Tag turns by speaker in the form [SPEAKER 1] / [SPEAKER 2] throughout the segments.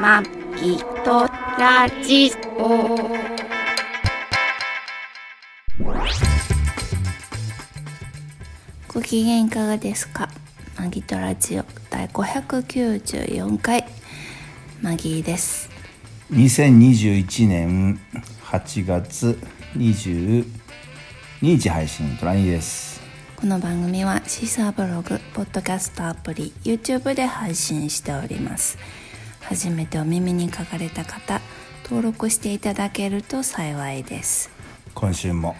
[SPEAKER 1] まきとラジオ。ご機嫌いかがですか。マギとラジオ第594回マギーです。
[SPEAKER 2] 2021年8月22日配信トラニーです
[SPEAKER 1] この番組はシーサーブログ、ポッドキャストアプリ、YouTube で配信しております。初めてお耳に書かかれた方、登録していただけると幸いです。
[SPEAKER 2] 今週も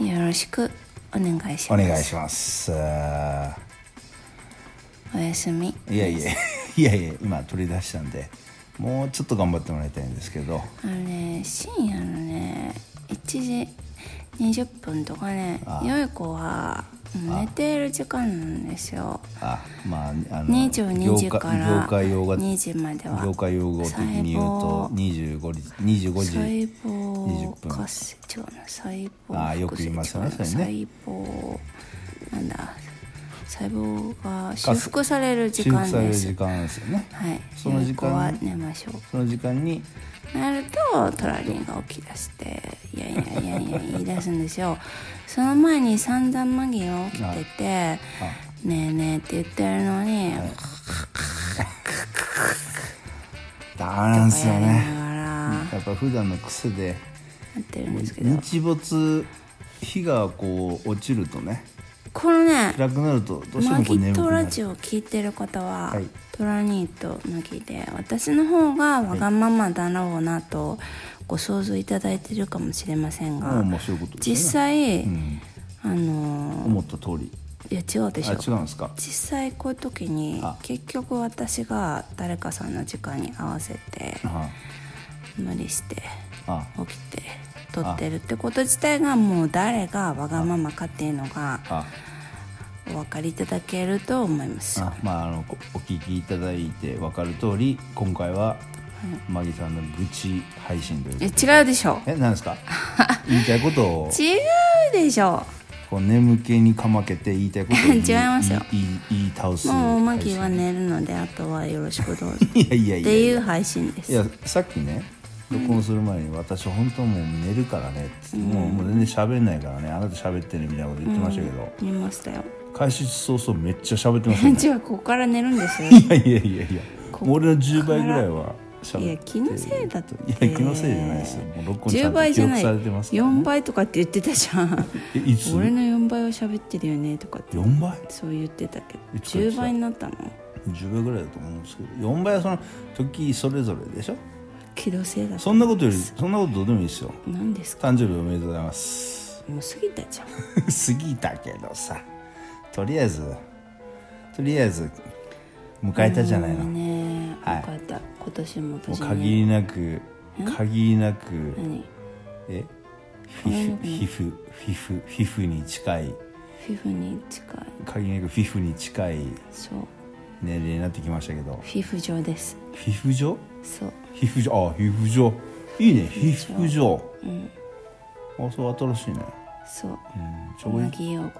[SPEAKER 1] よろしくお願いし
[SPEAKER 2] お
[SPEAKER 1] ます。
[SPEAKER 2] 願いしますあ
[SPEAKER 1] おやすみ。
[SPEAKER 2] ーいやい やいやいや今取り出したんでもうちょっと頑張ってもらいたいんですけど
[SPEAKER 1] あのね、深夜のね、1時20分とかね、
[SPEAKER 2] あ
[SPEAKER 1] 良い子はもう寝ている時間なんですよ。
[SPEAKER 2] あまああの
[SPEAKER 1] 22時
[SPEAKER 2] 業界
[SPEAKER 1] から
[SPEAKER 2] 業界用語
[SPEAKER 1] 2時までは
[SPEAKER 2] 業界用語的に言うと
[SPEAKER 1] 細
[SPEAKER 2] 25時25
[SPEAKER 1] 細
[SPEAKER 2] 時
[SPEAKER 1] 胞
[SPEAKER 2] 20分
[SPEAKER 1] 活性違うな細胞
[SPEAKER 2] あーよく言いますよね
[SPEAKER 1] 複製
[SPEAKER 2] それ
[SPEAKER 1] 違
[SPEAKER 2] ね
[SPEAKER 1] うな細胞なんだ細胞が修復される時
[SPEAKER 2] 修復
[SPEAKER 1] 間
[SPEAKER 2] され
[SPEAKER 1] で
[SPEAKER 2] る
[SPEAKER 1] す
[SPEAKER 2] 時間ですよね
[SPEAKER 1] はい
[SPEAKER 2] その時間
[SPEAKER 1] 良い子は寝ましょう
[SPEAKER 2] その時間に
[SPEAKER 1] なるとトラリンが起き出して「いやいやいやいや」言い出すんですよその前に散々マギが起きてて「ねえねえ」って言ってるのに
[SPEAKER 2] ダメなんですよ
[SPEAKER 1] やり
[SPEAKER 2] ね
[SPEAKER 1] ながら
[SPEAKER 2] やっぱ普段の癖で
[SPEAKER 1] やってるんですけど
[SPEAKER 2] 日没日がこう落ちるとね
[SPEAKER 1] このね
[SPEAKER 2] 暗くなるとどうして
[SPEAKER 1] マ
[SPEAKER 2] もこう
[SPEAKER 1] ギ
[SPEAKER 2] 眠く
[SPEAKER 1] と
[SPEAKER 2] な
[SPEAKER 1] ラ
[SPEAKER 2] る
[SPEAKER 1] ジオを聞いてる方は、
[SPEAKER 2] はい
[SPEAKER 1] トラニーとマギで私の方がわがままだろうなとご想像いただいてるかもしれませんが、
[SPEAKER 2] もうもうそういうことですよね
[SPEAKER 1] 実際、
[SPEAKER 2] うん
[SPEAKER 1] あの
[SPEAKER 2] 思った通り
[SPEAKER 1] いや違うでし
[SPEAKER 2] あ
[SPEAKER 1] ょ
[SPEAKER 2] 違うんですか
[SPEAKER 1] 実際こういう時に
[SPEAKER 2] あ
[SPEAKER 1] 結局私が誰かさんの時間に合わせて
[SPEAKER 2] あ
[SPEAKER 1] 無理して
[SPEAKER 2] あ
[SPEAKER 1] 起きて撮ってるってこと自体がもう誰がわがままかっていうのが
[SPEAKER 2] あ
[SPEAKER 1] お分かりいただけると思います。
[SPEAKER 2] あまああのこお聞きいただいて分かる通り今回はマギさんの愚痴配信という
[SPEAKER 1] い
[SPEAKER 2] こと
[SPEAKER 1] や違うでしょ
[SPEAKER 2] え何ですか言いたいことを
[SPEAKER 1] 違うでしょ
[SPEAKER 2] こう眠気にかまけて言いたいことを言
[SPEAKER 1] 違いますよ
[SPEAKER 2] 言い言い言い倒す
[SPEAKER 1] もうマギは
[SPEAKER 2] 配
[SPEAKER 1] 寝るのであとはよろしくどうぞっ
[SPEAKER 2] 信 いやいやいや
[SPEAKER 1] ていう配信です
[SPEAKER 2] いやさっきね録音する前に私本当もう寝るからねっつって、もうもう全然喋んないからねあなた喋ってねみたいなこと言ってましたけど、
[SPEAKER 1] 見ま したよ
[SPEAKER 2] 開始早々めっちゃ喋って ましたね
[SPEAKER 1] 違うここから寝るん ですよ
[SPEAKER 2] いやいやいやいや俺の10倍ぐらいは喋って
[SPEAKER 1] いや気のせいだって
[SPEAKER 2] いや気のせいじゃないですよもう録音ち
[SPEAKER 1] 10
[SPEAKER 2] ゃんと
[SPEAKER 1] 倍じ
[SPEAKER 2] 記
[SPEAKER 1] ゃな
[SPEAKER 2] 録
[SPEAKER 1] い
[SPEAKER 2] されてますから、
[SPEAKER 1] 4倍とかって言ってたじゃん
[SPEAKER 2] えいつ
[SPEAKER 1] 俺の4倍は喋ってるよねとかって
[SPEAKER 2] 4倍
[SPEAKER 1] そう言ってたけど
[SPEAKER 2] いつから言
[SPEAKER 1] 10
[SPEAKER 2] ってた
[SPEAKER 1] 倍になったの
[SPEAKER 2] ?10 倍ぐらいだと思うんですけど4倍はその時それぞれでしょ
[SPEAKER 1] 気のせいだ
[SPEAKER 2] そんなことよりそんなことどうでもいいですよ
[SPEAKER 1] 何ですか
[SPEAKER 2] 誕生日おめでとうございます
[SPEAKER 1] もう過ぎたじゃん
[SPEAKER 2] 過ぎたけどさとりあえずとりあえず迎えたじゃないの、
[SPEAKER 1] もうねよ
[SPEAKER 2] はい
[SPEAKER 1] かった今年も
[SPEAKER 2] もう
[SPEAKER 1] 年も
[SPEAKER 2] 限りなく限りなく
[SPEAKER 1] 何
[SPEAKER 2] えフィフフィフフィフフィフに近い
[SPEAKER 1] フィフに近い
[SPEAKER 2] 限りなくフィフに近い
[SPEAKER 1] そう
[SPEAKER 2] 年齢になってきましたけど
[SPEAKER 1] フィフ上です
[SPEAKER 2] フィフ上
[SPEAKER 1] そう
[SPEAKER 2] フィフ上あフィフ上いいねフィフ上、あそう新しいね、
[SPEAKER 1] そう
[SPEAKER 2] うん、ちょこ
[SPEAKER 1] マ
[SPEAKER 2] い
[SPEAKER 1] ギ用語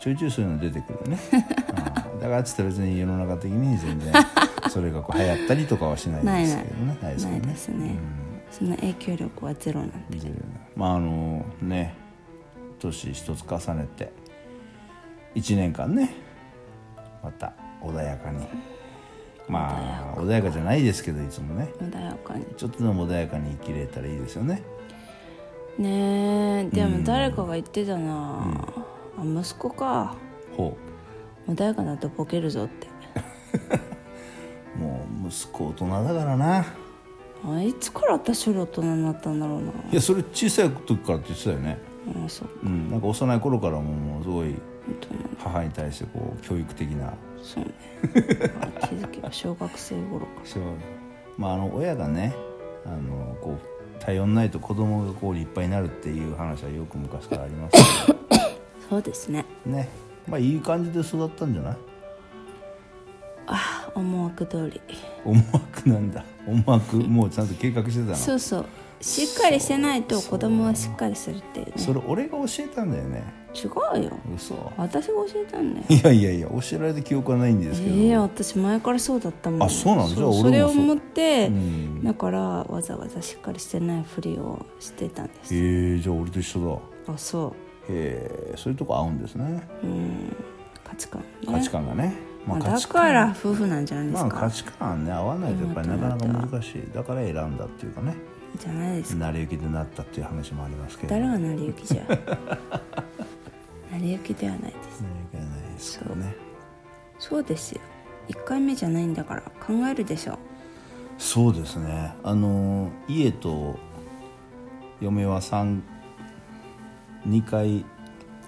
[SPEAKER 2] ちょいちょいそういうの出てくるよね、うんだからっつって別に世の中的に全然それがこう流行ったりとかはしないですけどねないですけ
[SPEAKER 1] な
[SPEAKER 2] ど
[SPEAKER 1] い
[SPEAKER 2] ね
[SPEAKER 1] ですね、その影響力はゼロなんで
[SPEAKER 2] でまああのね年一つ重ねて1年間ねまた穏やかにまあ穏やかじゃないですけどいつもね
[SPEAKER 1] 穏やかに
[SPEAKER 2] ちょっとでも穏やかに生きれたらいいですよね
[SPEAKER 1] ねえでも誰かが言ってたな、あ息子か
[SPEAKER 2] ほ
[SPEAKER 1] 穏やかだとボケるぞって
[SPEAKER 2] うもう息子大人だからな
[SPEAKER 1] あいつから私より大人になったんだろうない
[SPEAKER 2] やそれ小さい時からって言ってたよね
[SPEAKER 1] あそう
[SPEAKER 2] うん、なんか幼い頃からももうすごい母に対してこう教育的な
[SPEAKER 1] そう ねあ気づけば小学生頃か
[SPEAKER 2] そう、まあ、あの親がねあのこう頼んないと子供がこう立派になるっていう話はよく昔からありますけ
[SPEAKER 1] そうですね
[SPEAKER 2] どねまあいい感じで育ったんじゃない
[SPEAKER 1] あ思惑通り
[SPEAKER 2] 思惑なんだ思惑もうちゃんと計画してたの
[SPEAKER 1] そうそうしっかりしてないと子供はしっかりするっていうね
[SPEAKER 2] それ俺が教えたんだよね
[SPEAKER 1] 違うよ
[SPEAKER 2] 嘘
[SPEAKER 1] 私が教えたんだよ
[SPEAKER 2] いやいやいや教えられた記憶はないんですけど、
[SPEAKER 1] ええ私前からそうだったもん
[SPEAKER 2] あそうなんだじゃあ俺も
[SPEAKER 1] それを
[SPEAKER 2] そう
[SPEAKER 1] 思って、
[SPEAKER 2] ん
[SPEAKER 1] だからわざわざしっかりしてないふりをしてたんです、
[SPEAKER 2] えー、じゃあ俺と一緒だ
[SPEAKER 1] あそ
[SPEAKER 2] えー、そういうとこ合うんですね
[SPEAKER 1] ううん価値観ね
[SPEAKER 2] 価値観がね、まあ、
[SPEAKER 1] まあ
[SPEAKER 2] 価
[SPEAKER 1] だ
[SPEAKER 2] 値観
[SPEAKER 1] から夫婦なんじゃないです
[SPEAKER 2] ま
[SPEAKER 1] か、
[SPEAKER 2] あ価値観はね合わないとやっぱりなかなか
[SPEAKER 1] 今と
[SPEAKER 2] 難しいだから選んだっていうかね
[SPEAKER 1] じゃないですか
[SPEAKER 2] 成り行きでなったっていう話もありますけど
[SPEAKER 1] 誰
[SPEAKER 2] 成
[SPEAKER 1] が成り行きじゃ 成り行きではないです
[SPEAKER 2] り行きはないですけどね
[SPEAKER 1] そうですよ1回目じゃないんだから考えるでしょ
[SPEAKER 2] そうですねあの家と嫁は三二回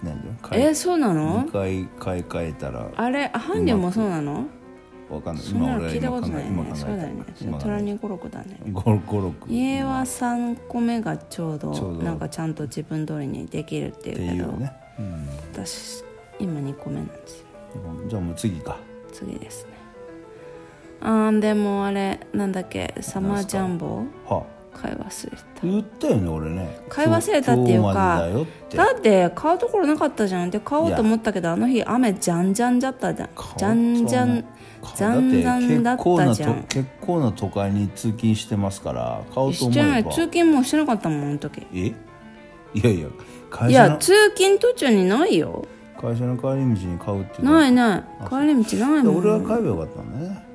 [SPEAKER 2] 何だよ
[SPEAKER 1] え
[SPEAKER 2] 変え
[SPEAKER 1] そうなの
[SPEAKER 2] 二回買い替えたら
[SPEAKER 1] あれ伴侶もそうなの
[SPEAKER 2] わかんない
[SPEAKER 1] そんな
[SPEAKER 2] 今
[SPEAKER 1] の
[SPEAKER 2] 俺
[SPEAKER 1] 聞いたことない
[SPEAKER 2] 今考え
[SPEAKER 1] よ
[SPEAKER 2] 今
[SPEAKER 1] ね
[SPEAKER 2] 考
[SPEAKER 1] そうだよね
[SPEAKER 2] え
[SPEAKER 1] それ
[SPEAKER 2] た今考
[SPEAKER 1] 虎
[SPEAKER 2] え
[SPEAKER 1] に五個だね
[SPEAKER 2] た五五六
[SPEAKER 1] 家
[SPEAKER 2] っ
[SPEAKER 1] は3個目がちょうど
[SPEAKER 2] ちょうど
[SPEAKER 1] なんかちゃんと自分通りにできるって
[SPEAKER 2] て
[SPEAKER 1] いう
[SPEAKER 2] い
[SPEAKER 1] けど
[SPEAKER 2] うね、
[SPEAKER 1] 私今2個目なんですよ
[SPEAKER 2] うん、じゃあもう次か
[SPEAKER 1] 次ですねあーでもあれなんだっけサマージャンボ
[SPEAKER 2] は
[SPEAKER 1] 買い忘れた
[SPEAKER 2] 言ったよね俺ね
[SPEAKER 1] 買い忘れたっていうか
[SPEAKER 2] 今日までだよって
[SPEAKER 1] だって買うところなかったじゃんで買おうと思ったけどあの日雨じゃんじゃんじゃったじゃんじゃんじゃんじゃんじゃんだっ
[SPEAKER 2] だって結構
[SPEAKER 1] た
[SPEAKER 2] な
[SPEAKER 1] じ
[SPEAKER 2] と
[SPEAKER 1] ゃん
[SPEAKER 2] 結構な都会に通勤してますから買おうと
[SPEAKER 1] し
[SPEAKER 2] 思
[SPEAKER 1] て
[SPEAKER 2] え
[SPEAKER 1] な
[SPEAKER 2] ば
[SPEAKER 1] い通勤もしてなかったもんあの時
[SPEAKER 2] えいやいや会
[SPEAKER 1] い
[SPEAKER 2] 社
[SPEAKER 1] や
[SPEAKER 2] の
[SPEAKER 1] 通勤途中にないよ
[SPEAKER 2] 会社の帰り道に買うっていうの
[SPEAKER 1] ないない帰り道ないもん
[SPEAKER 2] 俺は買えばよかったんだね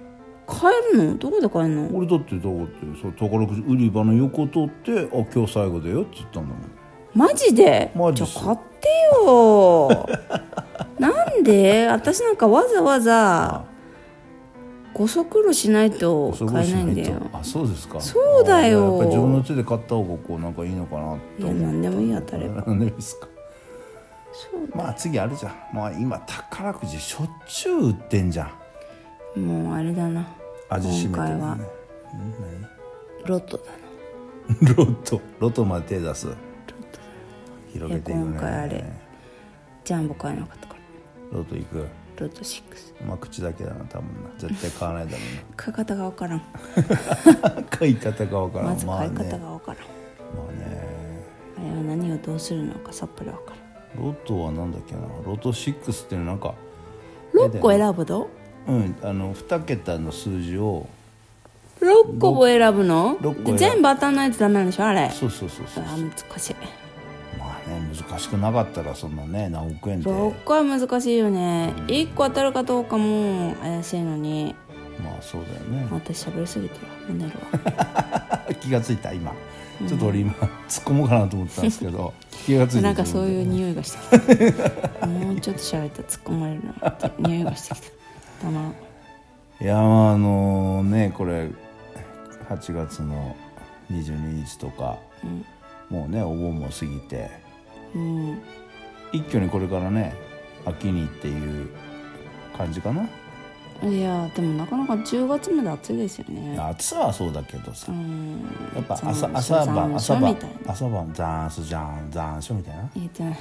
[SPEAKER 1] 買えるのどこで買えるの
[SPEAKER 2] 俺だってどこってそう宝くじ売り場の横通って「あ今日最後だよ」って言ったんだもん
[SPEAKER 1] マジで
[SPEAKER 2] マ
[SPEAKER 1] じ
[SPEAKER 2] ジ
[SPEAKER 1] ゃ
[SPEAKER 2] っす
[SPEAKER 1] あ買って よなんで私なんかわざわざご足労しないと
[SPEAKER 2] それぐら
[SPEAKER 1] 買え
[SPEAKER 2] し
[SPEAKER 1] ない
[SPEAKER 2] と
[SPEAKER 1] んだよ
[SPEAKER 2] あそうですか
[SPEAKER 1] そうだよ
[SPEAKER 2] あやっぱり自分の手で買った方がこうなんかいいのかなって
[SPEAKER 1] いや
[SPEAKER 2] 思う
[SPEAKER 1] 何でもいいや誰ば
[SPEAKER 2] 何でですか
[SPEAKER 1] そう
[SPEAKER 2] まあ次あるじゃんまあ今宝くじしょっちゅう売ってんじゃん
[SPEAKER 1] もうあれだな
[SPEAKER 2] 味しめて
[SPEAKER 1] 今回
[SPEAKER 2] る
[SPEAKER 1] は
[SPEAKER 2] ね
[SPEAKER 1] ロットだな
[SPEAKER 2] ロトロトまで手出す広げていくね
[SPEAKER 1] いや今回あれジャンボ買えなかったから
[SPEAKER 2] ロト行く
[SPEAKER 1] ロット6
[SPEAKER 2] まあ口だけだな多分な絶対買わないだろ
[SPEAKER 1] 買い方が分からん
[SPEAKER 2] うな 買い方がわからん
[SPEAKER 1] まず買い
[SPEAKER 2] まあ
[SPEAKER 1] 方
[SPEAKER 2] ね
[SPEAKER 1] が分からん、
[SPEAKER 2] まあね
[SPEAKER 1] あれは何をどうするのかさっぱり分からん
[SPEAKER 2] ロトはなんだっけなロト6っていうのなんか
[SPEAKER 1] 6個選ぶの
[SPEAKER 2] うんあの2桁の数字を
[SPEAKER 1] 6個を選ぶの
[SPEAKER 2] ろっこ選ぶ
[SPEAKER 1] 全部当たんないとダメなんでしょあれ
[SPEAKER 2] そうそうそうそう
[SPEAKER 1] あ難しい
[SPEAKER 2] まあね難しくなかったらそんなね何億円で
[SPEAKER 1] 6個は難しいよね1個当たるかどうかも怪しいのに
[SPEAKER 2] まあそうだよね
[SPEAKER 1] 私喋りすぎてるわもう寝るわ
[SPEAKER 2] 気がついた今ちょっと俺今 突っ込もうかなと思ったんですけ ど気 がついて
[SPEAKER 1] なんかそういう匂いがしてきたもうちょっと喋ったら突っ込まれるなって 匂いがしてきたたまらん
[SPEAKER 2] いやまああのねこれ8月の22日とか、もうねお盆も過ぎて
[SPEAKER 1] うん
[SPEAKER 2] 一挙にこれからね秋にっていう感じかな、
[SPEAKER 1] いやでもなかなか10月まで暑いですよね
[SPEAKER 2] 夏はそうだけどさ、
[SPEAKER 1] うん
[SPEAKER 2] やっぱ
[SPEAKER 1] 残
[SPEAKER 2] 朝
[SPEAKER 1] 暑
[SPEAKER 2] 朝晩
[SPEAKER 1] 残暑
[SPEAKER 2] 朝晩
[SPEAKER 1] みたいな
[SPEAKER 2] 朝晩ザーンスジャーンザーンショみたいな
[SPEAKER 1] 言えてない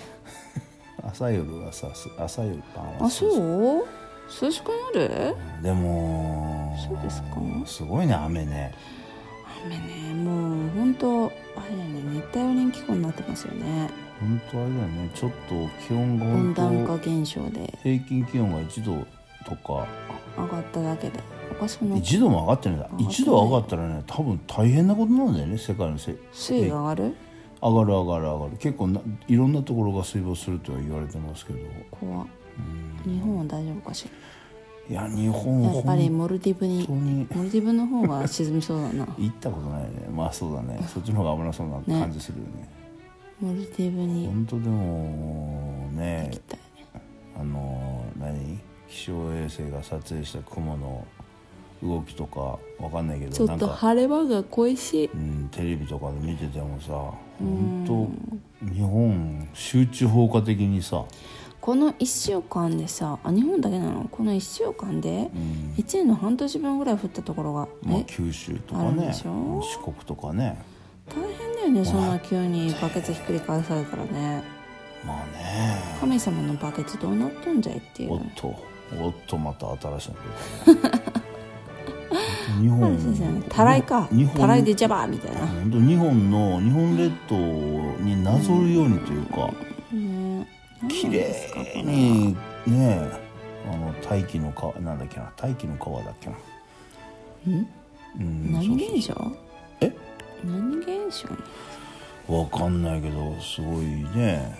[SPEAKER 2] 朝夜はさ朝夜晩は
[SPEAKER 1] あそう涼しくなる
[SPEAKER 2] でも
[SPEAKER 1] そうですか
[SPEAKER 2] すごいね雨ね
[SPEAKER 1] 雨ねもう本当あれだよね熱帯雨林気候になってますよね
[SPEAKER 2] 本当あれだよねちょっと気温が
[SPEAKER 1] 温
[SPEAKER 2] 本
[SPEAKER 1] 暖化
[SPEAKER 2] 当
[SPEAKER 1] 現象で
[SPEAKER 2] 平均気温が1度とか
[SPEAKER 1] 上がっただけでおかしくなって
[SPEAKER 2] 1度も上がってないんだ
[SPEAKER 1] ない
[SPEAKER 2] 1度上がったらね多分大変なことなんだよね世界のせい
[SPEAKER 1] 水位が上がる
[SPEAKER 2] 上がる上がる上がる結構ないろんなところが水没するとは言われてますけど
[SPEAKER 1] 怖っ日本は大丈夫かし
[SPEAKER 2] いや日本
[SPEAKER 1] ら
[SPEAKER 2] は
[SPEAKER 1] やっぱり
[SPEAKER 2] 本
[SPEAKER 1] モルディブに
[SPEAKER 2] 当に
[SPEAKER 1] モルディブの方が沈みそうだな
[SPEAKER 2] 行ったことないよねまあそうだねそっちの方が危なそうな感じするよね
[SPEAKER 1] モルディブに行
[SPEAKER 2] 本当でもね
[SPEAKER 1] きたい
[SPEAKER 2] あの何気象衛星が撮影した雲の動きとかわかんないけ
[SPEAKER 1] ち
[SPEAKER 2] ど
[SPEAKER 1] ょ
[SPEAKER 2] な
[SPEAKER 1] っ
[SPEAKER 2] ん
[SPEAKER 1] と
[SPEAKER 2] か、
[SPEAKER 1] 晴れ間が恋しい
[SPEAKER 2] うん、テレビとかで見ててもさ本当日本集中放火的にさ
[SPEAKER 1] この1週間でさあ日本だけなのこの1週間で
[SPEAKER 2] ん
[SPEAKER 1] 1年の半年分ぐらい降ったところが、
[SPEAKER 2] まあ
[SPEAKER 1] え
[SPEAKER 2] 九州と
[SPEAKER 1] あ
[SPEAKER 2] か
[SPEAKER 1] るんで
[SPEAKER 2] ね
[SPEAKER 1] しょ
[SPEAKER 2] 四国とかね
[SPEAKER 1] 大変だよねそんな急にバケツひっくり返されたらね
[SPEAKER 2] まあね
[SPEAKER 1] 神様のバケツどうなっとんじゃいってい
[SPEAKER 2] おっ
[SPEAKER 1] う
[SPEAKER 2] とおっとまた新しいの出日本
[SPEAKER 1] そうですねたらいか
[SPEAKER 2] 日本
[SPEAKER 1] たらいでジャバーみたいな、
[SPEAKER 2] 本当日本の日本列島になぞるようにというか、
[SPEAKER 1] ね
[SPEAKER 2] 綺麗にねあの大気の川なんだっけな大気の川だっけなうん
[SPEAKER 1] 何現象
[SPEAKER 2] え
[SPEAKER 1] 何現象
[SPEAKER 2] わかんないけどすごいね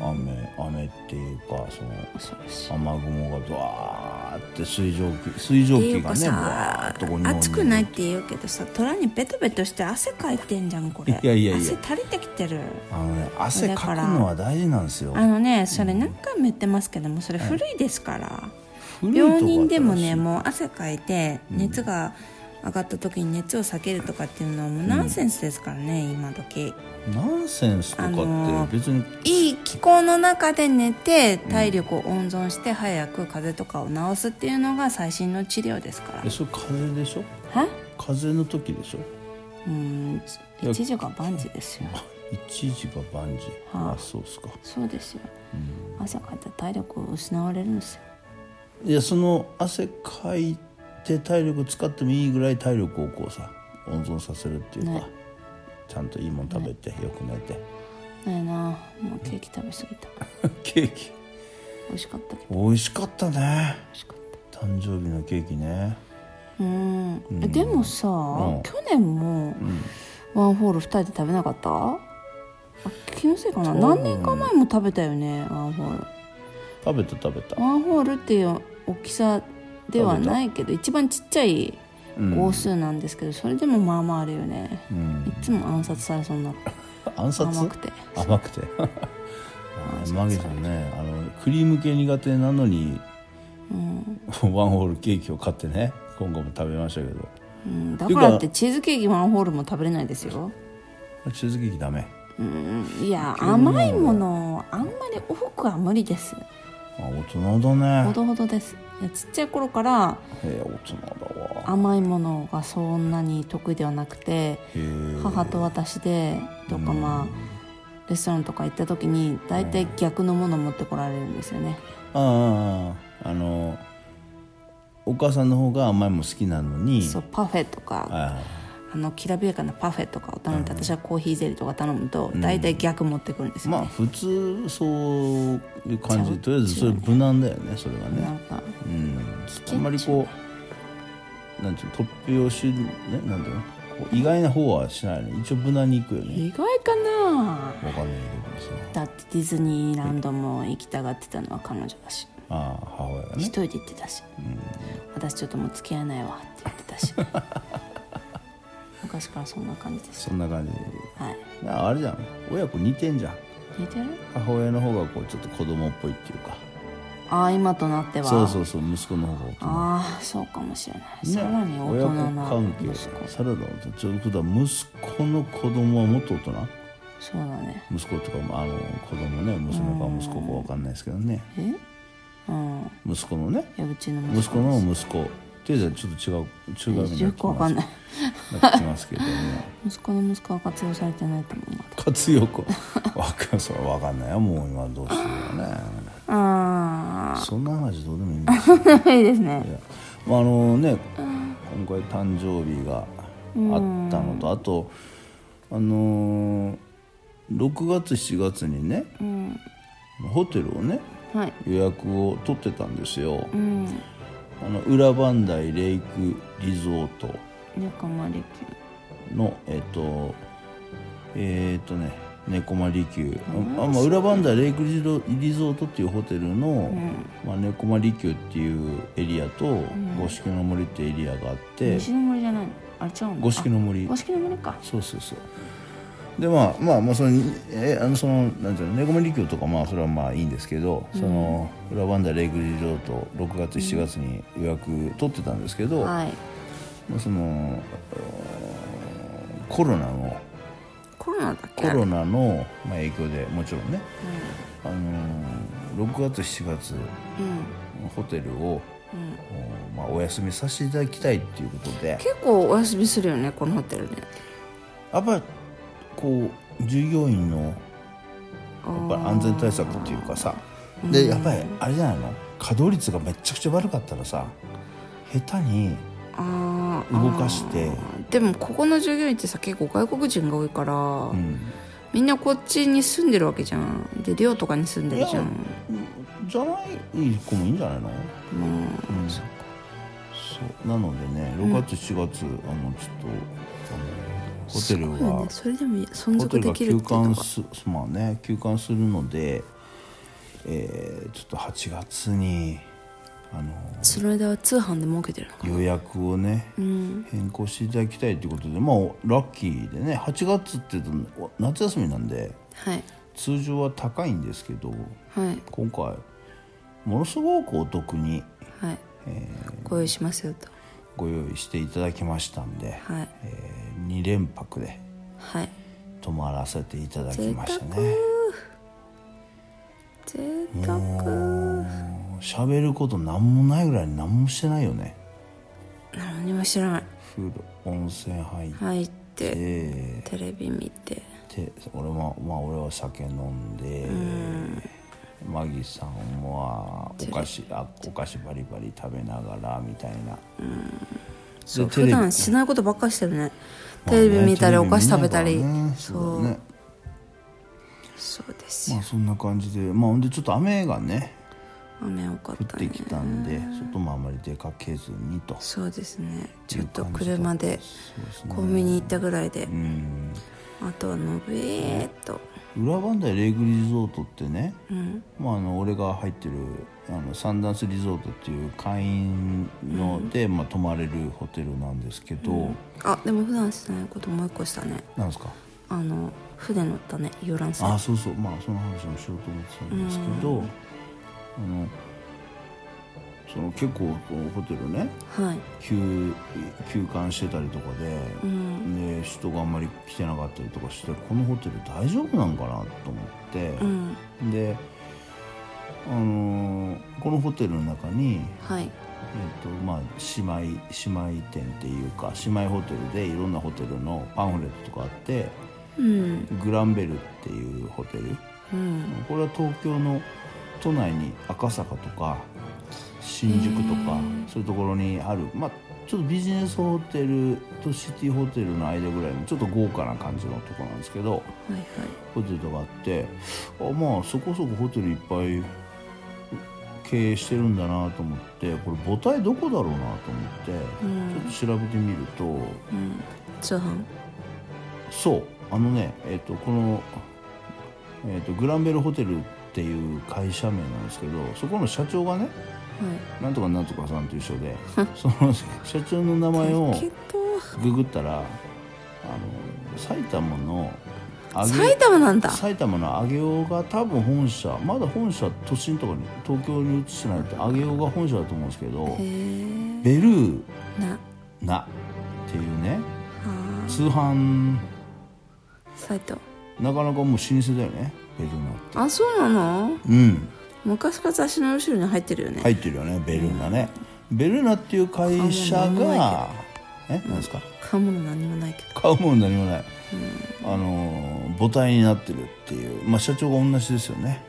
[SPEAKER 2] 雨雨っていうかその
[SPEAKER 1] 恐ろしい
[SPEAKER 2] 雨雲がドワーって水蒸気水蒸
[SPEAKER 1] ってい
[SPEAKER 2] 気
[SPEAKER 1] う
[SPEAKER 2] が
[SPEAKER 1] か
[SPEAKER 2] ね
[SPEAKER 1] さ
[SPEAKER 2] わーっとこう日本に
[SPEAKER 1] 暑くないって言うけどさ虎にベトベトして汗かいてんじゃんこれ
[SPEAKER 2] いやいやいや
[SPEAKER 1] 汗垂れてきてる
[SPEAKER 2] あのね汗かくのは大事なんですよ
[SPEAKER 1] あのねそれ何回も言ってますけどもそれ古いですから、
[SPEAKER 2] 古いとこ
[SPEAKER 1] 病人でも
[SPEAKER 2] 新し
[SPEAKER 1] ね
[SPEAKER 2] い
[SPEAKER 1] もう汗かいて熱が上がった時に熱を避けるとかっていうのはもうナンセンスですからね、今時
[SPEAKER 2] ナンセンスとかっ
[SPEAKER 1] あのー
[SPEAKER 2] て別に、
[SPEAKER 1] いい気候の中で寝て体力を温存して早く風邪とかを治すっていうのが最新の治療ですから
[SPEAKER 2] えそれ風邪でしょ
[SPEAKER 1] は
[SPEAKER 2] 風邪の時でしょ
[SPEAKER 1] うん
[SPEAKER 2] や
[SPEAKER 1] 一時が万事ですよ
[SPEAKER 2] あ一時が万事
[SPEAKER 1] はあ
[SPEAKER 2] あそうっすか
[SPEAKER 1] そうですよ汗かいて体力を失われるんですよ
[SPEAKER 2] いやその汗かいて体力使ってもいいぐらい体力をこうさ温存させるっていうか、
[SPEAKER 1] ね
[SPEAKER 2] ちゃんといいもん食べて、よく寝て
[SPEAKER 1] ないなもうケーキ食べ過ぎた
[SPEAKER 2] ケーキ
[SPEAKER 1] 美味しかったけど
[SPEAKER 2] 美味しかったね
[SPEAKER 1] 美味しかった
[SPEAKER 2] 誕生日のケーキね
[SPEAKER 1] うん、でもさ、去年もワンホール2人で食べなかったあ気のせいかな何年か前も食べたよねワンホール
[SPEAKER 2] 食べた食べた
[SPEAKER 1] ワンホールっていう大きさではないけど一番ちっちゃい号数なんですけど、それでもまあまああるよね、
[SPEAKER 2] うん
[SPEAKER 1] いつも暗殺されそうになる
[SPEAKER 2] 暗殺
[SPEAKER 1] 甘くて
[SPEAKER 2] 甘 くてあーマギさんねあのクリーム系苦手なのに、 ワンホールケーキを買ってね今後も食べましたけど
[SPEAKER 1] うんだからってチーズケーキワンホールも食べれないですよ
[SPEAKER 2] チーズケーキダメ
[SPEAKER 1] うんいや甘いものあんまり多くは無理です
[SPEAKER 2] あ大人だ
[SPEAKER 1] ほ
[SPEAKER 2] ね
[SPEAKER 1] どほどですいやちっちゃい頃から
[SPEAKER 2] えー大人だわ
[SPEAKER 1] 甘いものがそんなに得意ではなくて
[SPEAKER 2] へー
[SPEAKER 1] 母と私でとかまあレストランとか行った時に大体逆のもの持ってこられるんですよね
[SPEAKER 2] あああのお母さんの方が甘いもん好きなのに
[SPEAKER 1] そうパフェとか
[SPEAKER 2] あ
[SPEAKER 1] あのきらびやかなパフェとかを頼んで私はコーヒーゼリーとか頼むと大体逆持ってくるんです
[SPEAKER 2] ーま
[SPEAKER 1] よ
[SPEAKER 2] あ
[SPEAKER 1] ね
[SPEAKER 2] 普通そういう感じとりあえずそれ無難だよねそれが
[SPEAKER 1] な
[SPEAKER 2] ね
[SPEAKER 1] んか
[SPEAKER 2] うんあんまりこうなんていうの突飛をしねなんていうのこう意外な方はしないの一応無難にいくよね
[SPEAKER 1] 意外かな
[SPEAKER 2] わかんないけどさ
[SPEAKER 1] だってディズニーランドも行きたがってたのは彼女だし
[SPEAKER 2] ああ母親が
[SPEAKER 1] 一
[SPEAKER 2] ね
[SPEAKER 1] 人で行ってたし、私ちょっともう付き合えないわって言ってたし昔からそんな感じです
[SPEAKER 2] そんな感じで
[SPEAKER 1] はい
[SPEAKER 2] ああれじゃん親子似てんじゃん
[SPEAKER 1] 似てる
[SPEAKER 2] 母親の方がこうちょっと子供っぽいっていうか
[SPEAKER 1] ああ今となっては
[SPEAKER 2] そうそうそう息子の方が大人
[SPEAKER 1] ああそうかもしれない、
[SPEAKER 2] ね
[SPEAKER 1] さらに大人な
[SPEAKER 2] 親子関係
[SPEAKER 1] 息子
[SPEAKER 2] さらだちょっとだ息子の子供はもっと大人
[SPEAKER 1] そうだね
[SPEAKER 2] 息子とかあの子供ね娘か息子かわかんないですけどね
[SPEAKER 1] えうん
[SPEAKER 2] 息子のね
[SPEAKER 1] いやうちの息
[SPEAKER 2] 息
[SPEAKER 1] 子
[SPEAKER 2] 子の息子っていうじゃちょっと違う中学にな
[SPEAKER 1] よ
[SPEAKER 2] っ
[SPEAKER 1] くわかん
[SPEAKER 2] て
[SPEAKER 1] ない
[SPEAKER 2] きますなってきますけどね
[SPEAKER 1] 息子の息子は活用されてないと思うまだ
[SPEAKER 2] 活用子わかんそれわかんないよもう今どうしようね
[SPEAKER 1] あ
[SPEAKER 2] そんな話どうでもいいんですよ
[SPEAKER 1] あ いいですね
[SPEAKER 2] いやまああのね今回誕生日があったのとあとあのー6月7月にね
[SPEAKER 1] うん
[SPEAKER 2] ホテルをね
[SPEAKER 1] はい
[SPEAKER 2] 予約を取ってたんですよ
[SPEAKER 1] うん
[SPEAKER 2] あの裏磐梯レイクリゾート
[SPEAKER 1] 仲間力
[SPEAKER 2] のえっ、とえっ、とね猫間利休あ、まあ、裏磐梯レイクリゾリゾートっていうホテルの、まあ、猫間利休っていうエリアと五色の森ってエリアがあって
[SPEAKER 1] 西の森じゃないのあれ違うの
[SPEAKER 2] 五色の森
[SPEAKER 1] あ五色の森か
[SPEAKER 2] そうそうそうでまあまあもうそのえあのそのなんていうの猫間利休とかまあそれはまあいいんですけど、その裏磐梯レイクリゾート6月7月に予約取ってたんですけど、
[SPEAKER 1] はい
[SPEAKER 2] まあそのえーコロナの
[SPEAKER 1] コロナだっけ
[SPEAKER 2] コロナの、まあ、影響でもちろんね、あのー6月7月
[SPEAKER 1] うん
[SPEAKER 2] ホテルを、おまあ、お休みさせていただきたいっていうことで
[SPEAKER 1] 結構お休みするよねこのホテルね
[SPEAKER 2] やっぱりこう従業員のやっぱり安全対策っていうかさでやっぱりあれじゃないの稼働率がめっちゃくちゃ悪かったらさ下手に
[SPEAKER 1] あー
[SPEAKER 2] 動かして
[SPEAKER 1] あーでもここの従業員ってさ結構外国人が多いから、
[SPEAKER 2] うん、
[SPEAKER 1] みんなこっちに住んでるわけじゃんで寮とかに住んでるじゃん
[SPEAKER 2] じゃない子もいいんじゃないの
[SPEAKER 1] うん
[SPEAKER 2] うんそうなのでね6月7月、あのちょっとあのホテル
[SPEAKER 1] そう
[SPEAKER 2] が、
[SPEAKER 1] だねそれでも存
[SPEAKER 2] ホテ
[SPEAKER 1] 続
[SPEAKER 2] ル
[SPEAKER 1] で
[SPEAKER 2] が
[SPEAKER 1] きるって
[SPEAKER 2] 休
[SPEAKER 1] とこ
[SPEAKER 2] 館すまあね休館するので、えーちょっと8月にあの
[SPEAKER 1] その間は通販で儲けてるのか
[SPEAKER 2] 予約をね、変更していただきたいということでまあラッキーでね8月って言うとお夏休みなんで
[SPEAKER 1] はい
[SPEAKER 2] 通常は高いんですけど
[SPEAKER 1] はい
[SPEAKER 2] 今回ものすごくお得に
[SPEAKER 1] はい、ご用意しますよと
[SPEAKER 2] ご用意していただきましたんで、
[SPEAKER 1] はい
[SPEAKER 2] え2連泊で
[SPEAKER 1] はい
[SPEAKER 2] 泊まらせていただきましたね
[SPEAKER 1] 贅沢
[SPEAKER 2] もう喋ること何もないぐらいに何もしてないよね
[SPEAKER 1] 何も知らない
[SPEAKER 2] 風呂温泉入って、
[SPEAKER 1] 入って
[SPEAKER 2] で
[SPEAKER 1] テレビ見て
[SPEAKER 2] 俺もまあ俺は酒飲んで、マギさんはお菓子あお菓子バリバリ食べながらみたいな、
[SPEAKER 1] そう
[SPEAKER 2] でテレ
[SPEAKER 1] 普
[SPEAKER 2] ビ
[SPEAKER 1] 段しないことばっかりしてるねテレビ見たりお菓子食べたり
[SPEAKER 2] まあねテレビ見ないからね
[SPEAKER 1] そ
[SPEAKER 2] そう
[SPEAKER 1] うそう
[SPEAKER 2] だね
[SPEAKER 1] です
[SPEAKER 2] ま
[SPEAKER 1] よ
[SPEAKER 2] あそんな感じでまあほんでちょっと雨がね
[SPEAKER 1] 雨多かっ
[SPEAKER 2] 降ったて
[SPEAKER 1] ね
[SPEAKER 2] きたんで外もあまり出かけずにと
[SPEAKER 1] そうですねち
[SPEAKER 2] い
[SPEAKER 1] ょ
[SPEAKER 2] う
[SPEAKER 1] っと
[SPEAKER 2] 感じだ
[SPEAKER 1] 車で
[SPEAKER 2] そうですね
[SPEAKER 1] コンビニ行ったぐらいで
[SPEAKER 2] うん
[SPEAKER 1] あとはのべーっと
[SPEAKER 2] 裏磐梯レイクリゾートってね、
[SPEAKER 1] うん
[SPEAKER 2] まあ、あの俺が入ってるあのサンダンスリゾートっていう会員ので、まあ、泊まれるホテルなんですけど、
[SPEAKER 1] あでも普段しないこともう一個したね
[SPEAKER 2] なんですか
[SPEAKER 1] あの船乗ったね遊覧船
[SPEAKER 2] あそうそうまあその話もしようと思ってたんですけど、あのその結構こうホテルね
[SPEAKER 1] はい
[SPEAKER 2] 休休館してたりとかで、
[SPEAKER 1] うん
[SPEAKER 2] で人があんまり来てなかったりとかしてこのホテル大丈夫なんかなと思って。
[SPEAKER 1] うん
[SPEAKER 2] で、あのーこのホテルの中に、
[SPEAKER 1] はい
[SPEAKER 2] えっとまあ、姉妹姉妹店っていうか姉妹ホテルでいろんなホテルのパンフレットとかあって
[SPEAKER 1] うん
[SPEAKER 2] グランベルっていうホテル
[SPEAKER 1] うん
[SPEAKER 2] これは東京の都内に赤坂とか新宿とかそういうところにある、まあ、ちょっとビジネスホテルとシティホテルの間ぐらいのちょっと豪華な感じのところなんですけど。
[SPEAKER 1] はいはい
[SPEAKER 2] ホテルとかあってあまあそこそこホテルいっぱい経営してるんだなと思ってこれ母体どこだろうなと思って、
[SPEAKER 1] うん
[SPEAKER 2] ちょっと調べてみると
[SPEAKER 1] うん通販
[SPEAKER 2] そうあのねえっ、とこの、えっとグランベルホテルっていう会社名なんですけどそこの社長がねなんとかなんとかさんと一緒でその社長の名前
[SPEAKER 1] は
[SPEAKER 2] を
[SPEAKER 1] いけど
[SPEAKER 2] ググったらあの埼玉のあげ
[SPEAKER 1] 埼玉なんだ
[SPEAKER 2] 埼玉の上尾が多分本社まだ本社都心とかに東京に移してないって上尾が本社だと思うんですけど
[SPEAKER 1] へえ
[SPEAKER 2] ベルー
[SPEAKER 1] な
[SPEAKER 2] ナっていうね
[SPEAKER 1] あ
[SPEAKER 2] 通販
[SPEAKER 1] 埼玉
[SPEAKER 2] なかなかもう老舗だよねベルーナって
[SPEAKER 1] あそうなの
[SPEAKER 2] うん
[SPEAKER 1] 昔から雑誌の後ろに入ってるよね、
[SPEAKER 2] 入ってるよねベルーナねベルーナっていう会社
[SPEAKER 1] 買うもん
[SPEAKER 2] がえ何ですか
[SPEAKER 1] 買うもの何もないけど
[SPEAKER 2] 買うもん何もないあのー母体になってるっていうまあ社長が同じですよね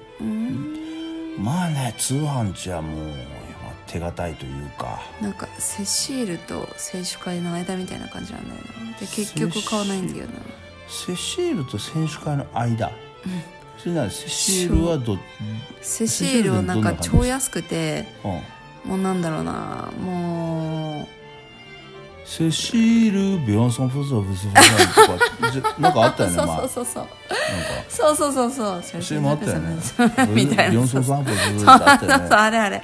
[SPEAKER 2] まあね通販じゃもう手堅いというか
[SPEAKER 1] なんかセシールと選手会の間みたいな感じなんだよなで結局買わないんだよな
[SPEAKER 2] セシールと選手会の間、それならセシールはど、うん、
[SPEAKER 1] セシールはなんか超安くてもうなんだろうなも
[SPEAKER 2] セシールビヨンソンフォーブスファイとか じゃなんかあった
[SPEAKER 1] う
[SPEAKER 2] よね
[SPEAKER 1] そう
[SPEAKER 2] まあ
[SPEAKER 1] そうそうそうそうそうそうそうそう
[SPEAKER 2] CM あったよね
[SPEAKER 1] みたいな
[SPEAKER 2] ビヨ ンソンフォーブスファイって
[SPEAKER 1] そ
[SPEAKER 2] あ
[SPEAKER 1] う
[SPEAKER 2] っ
[SPEAKER 1] そう
[SPEAKER 2] たよね
[SPEAKER 1] あれあれ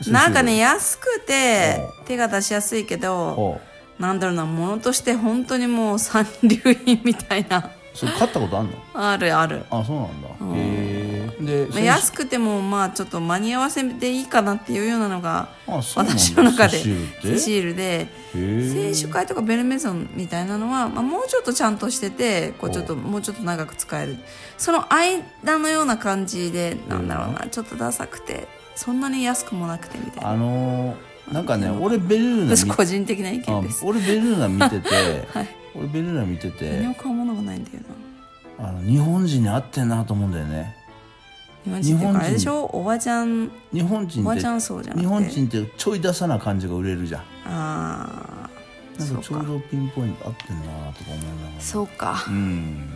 [SPEAKER 2] シール
[SPEAKER 1] なんかね安くて
[SPEAKER 2] う
[SPEAKER 1] 手が出しやすいけど
[SPEAKER 2] ほ
[SPEAKER 1] なんだろうなものとして本当にもう三流品みたいな
[SPEAKER 2] うそれ買ったことあんの
[SPEAKER 1] あるある
[SPEAKER 2] あそうなんだ、へえで
[SPEAKER 1] まあ、
[SPEAKER 2] 選手
[SPEAKER 1] 安くてもまあちょっと間に合わせでいいかなっていうようなのが
[SPEAKER 2] あそうなんだ
[SPEAKER 1] 私の中で
[SPEAKER 2] セシールって
[SPEAKER 1] セシールで
[SPEAKER 2] へ
[SPEAKER 1] 選
[SPEAKER 2] え
[SPEAKER 1] 手会とかベルメゾンみたいなのは、まあ、もうちょっとちゃんとしててこうちょっともうちょっと長く使えるその間のような感じでなんだろうなちょっとダサくてそんなに安くもなくてみたいな
[SPEAKER 2] あのーなんかね俺ベルーナ
[SPEAKER 1] 私
[SPEAKER 2] 見
[SPEAKER 1] 個人的な意
[SPEAKER 2] あ
[SPEAKER 1] 見です
[SPEAKER 2] 俺ベルーナ見てて、 俺ベルーナ見てて
[SPEAKER 1] 何も買うものがないんだよ
[SPEAKER 2] あの日本人に合ってんなと思うんだよね
[SPEAKER 1] な日本人っていう
[SPEAKER 2] 日本
[SPEAKER 1] か
[SPEAKER 2] 人
[SPEAKER 1] あれでしょおばちゃん
[SPEAKER 2] 日本
[SPEAKER 1] お
[SPEAKER 2] 人っ
[SPEAKER 1] ば
[SPEAKER 2] て
[SPEAKER 1] ちゃんそうじゃなくて
[SPEAKER 2] 日本人ってちょい出さな感じが売れるじゃん
[SPEAKER 1] あああ
[SPEAKER 2] なん
[SPEAKER 1] そ
[SPEAKER 2] か
[SPEAKER 1] う
[SPEAKER 2] ちょう
[SPEAKER 1] か
[SPEAKER 2] どピンポイント合ってんなとか思いながら
[SPEAKER 1] そうか
[SPEAKER 2] うん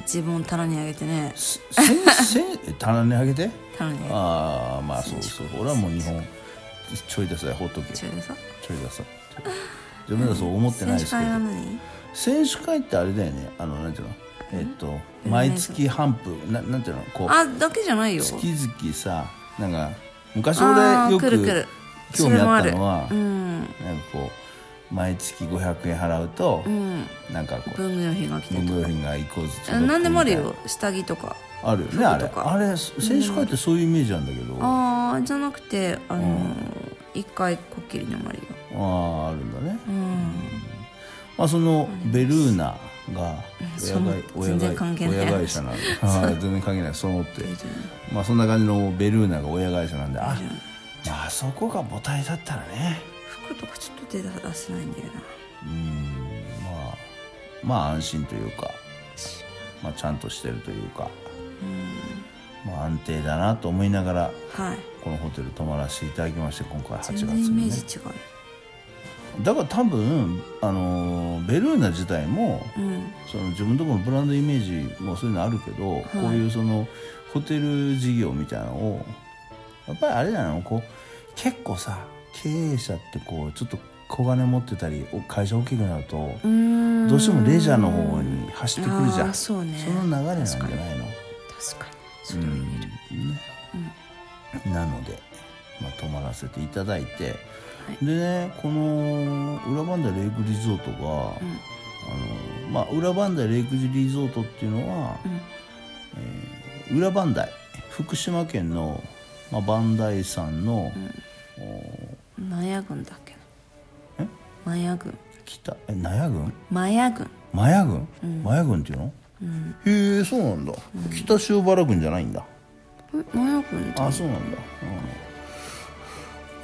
[SPEAKER 1] 自分を棚にあげてね
[SPEAKER 2] せ せせ棚にあげて
[SPEAKER 1] 棚にあげて
[SPEAKER 2] ああまあそうそう俺はもう日本ちょい出さほっとけ
[SPEAKER 1] ち
[SPEAKER 2] ち
[SPEAKER 1] ょうどさ
[SPEAKER 2] ょい出さ自分ではそう思ってな
[SPEAKER 1] 選
[SPEAKER 2] いで
[SPEAKER 1] 手
[SPEAKER 2] すけ
[SPEAKER 1] 会
[SPEAKER 2] ど
[SPEAKER 1] は何
[SPEAKER 2] 選手会ってあれだよねあのなんていうのえっと毎月半分ななんていうのこう
[SPEAKER 1] あだけじゃないよ
[SPEAKER 2] 月々さなんか昔
[SPEAKER 1] あ
[SPEAKER 2] 俺
[SPEAKER 1] ー
[SPEAKER 2] よ
[SPEAKER 1] くるくる
[SPEAKER 2] く興味あったのは
[SPEAKER 1] それもある
[SPEAKER 2] なんかこう毎月500円払うと
[SPEAKER 1] うんうん
[SPEAKER 2] なんかこう
[SPEAKER 1] 文具用品が来て
[SPEAKER 2] 文
[SPEAKER 1] と
[SPEAKER 2] 具
[SPEAKER 1] か
[SPEAKER 2] 用品が一個ずつ
[SPEAKER 1] あ何でもあるよ下着とか
[SPEAKER 2] あるよねあれ
[SPEAKER 1] 服とか
[SPEAKER 2] あれ選手会ってそういうイメージなんだけどあ
[SPEAKER 1] ああじゃなくてあのー一回こっきりにもあるよ
[SPEAKER 2] ああるんだね
[SPEAKER 1] うん
[SPEAKER 2] まあそのベルーナが
[SPEAKER 1] そ
[SPEAKER 2] 親
[SPEAKER 1] の
[SPEAKER 2] 会親
[SPEAKER 1] 全然関係
[SPEAKER 2] 会
[SPEAKER 1] ない
[SPEAKER 2] 親会社なんではい全然関係ないそう思ってまあそんな感じのベルーナが親会社なんであまああそこが母体だったらね
[SPEAKER 1] 服とかちょっと手出せないんだよな
[SPEAKER 2] うんまあまあ安心というか、まあ、ちゃんとしてるというか、まあ、安定だなと思いながら
[SPEAKER 1] はい
[SPEAKER 2] このホテル泊まらせていただきまして今回8
[SPEAKER 1] 全
[SPEAKER 2] 月
[SPEAKER 1] 然イメ
[SPEAKER 2] に
[SPEAKER 1] ー
[SPEAKER 2] ね
[SPEAKER 1] ジ違う
[SPEAKER 2] だから多分、あのーベルーナ自体も
[SPEAKER 1] うん
[SPEAKER 2] その自分のところのブランドイメージもそういうのあるけど、こういうそのホテル事業みたいなのをやっぱりあれなのこう結構さ経営者ってこうちょっと小金持ってたりお会社大きくなると、
[SPEAKER 1] うーん
[SPEAKER 2] どうしてもレジャーの方に走ってくるじゃ
[SPEAKER 1] あー
[SPEAKER 2] んそ
[SPEAKER 1] そうね
[SPEAKER 2] の流れなんじゃ
[SPEAKER 1] 確
[SPEAKER 2] な
[SPEAKER 1] か
[SPEAKER 2] い
[SPEAKER 1] に
[SPEAKER 2] の
[SPEAKER 1] 確かに
[SPEAKER 2] う
[SPEAKER 1] それは言
[SPEAKER 2] ん
[SPEAKER 1] える、
[SPEAKER 2] ねなので、まあ、泊まらせていただいて、でねこの裏バンダレイクリゾートが、あのまあ、裏バンダレイクリゾートっていうのは、えー裏磐梯福島県の、まあ、磐梯山の、お
[SPEAKER 1] マヤ軍だっけ
[SPEAKER 2] え
[SPEAKER 1] なマヤ軍
[SPEAKER 2] 北え納屋郡
[SPEAKER 1] マヤ軍
[SPEAKER 2] マヤ軍、マヤ軍っていうの、へえそうなんだ、北塩原軍じゃないんだ
[SPEAKER 1] えマヤ軍
[SPEAKER 2] あそうなんだ、うん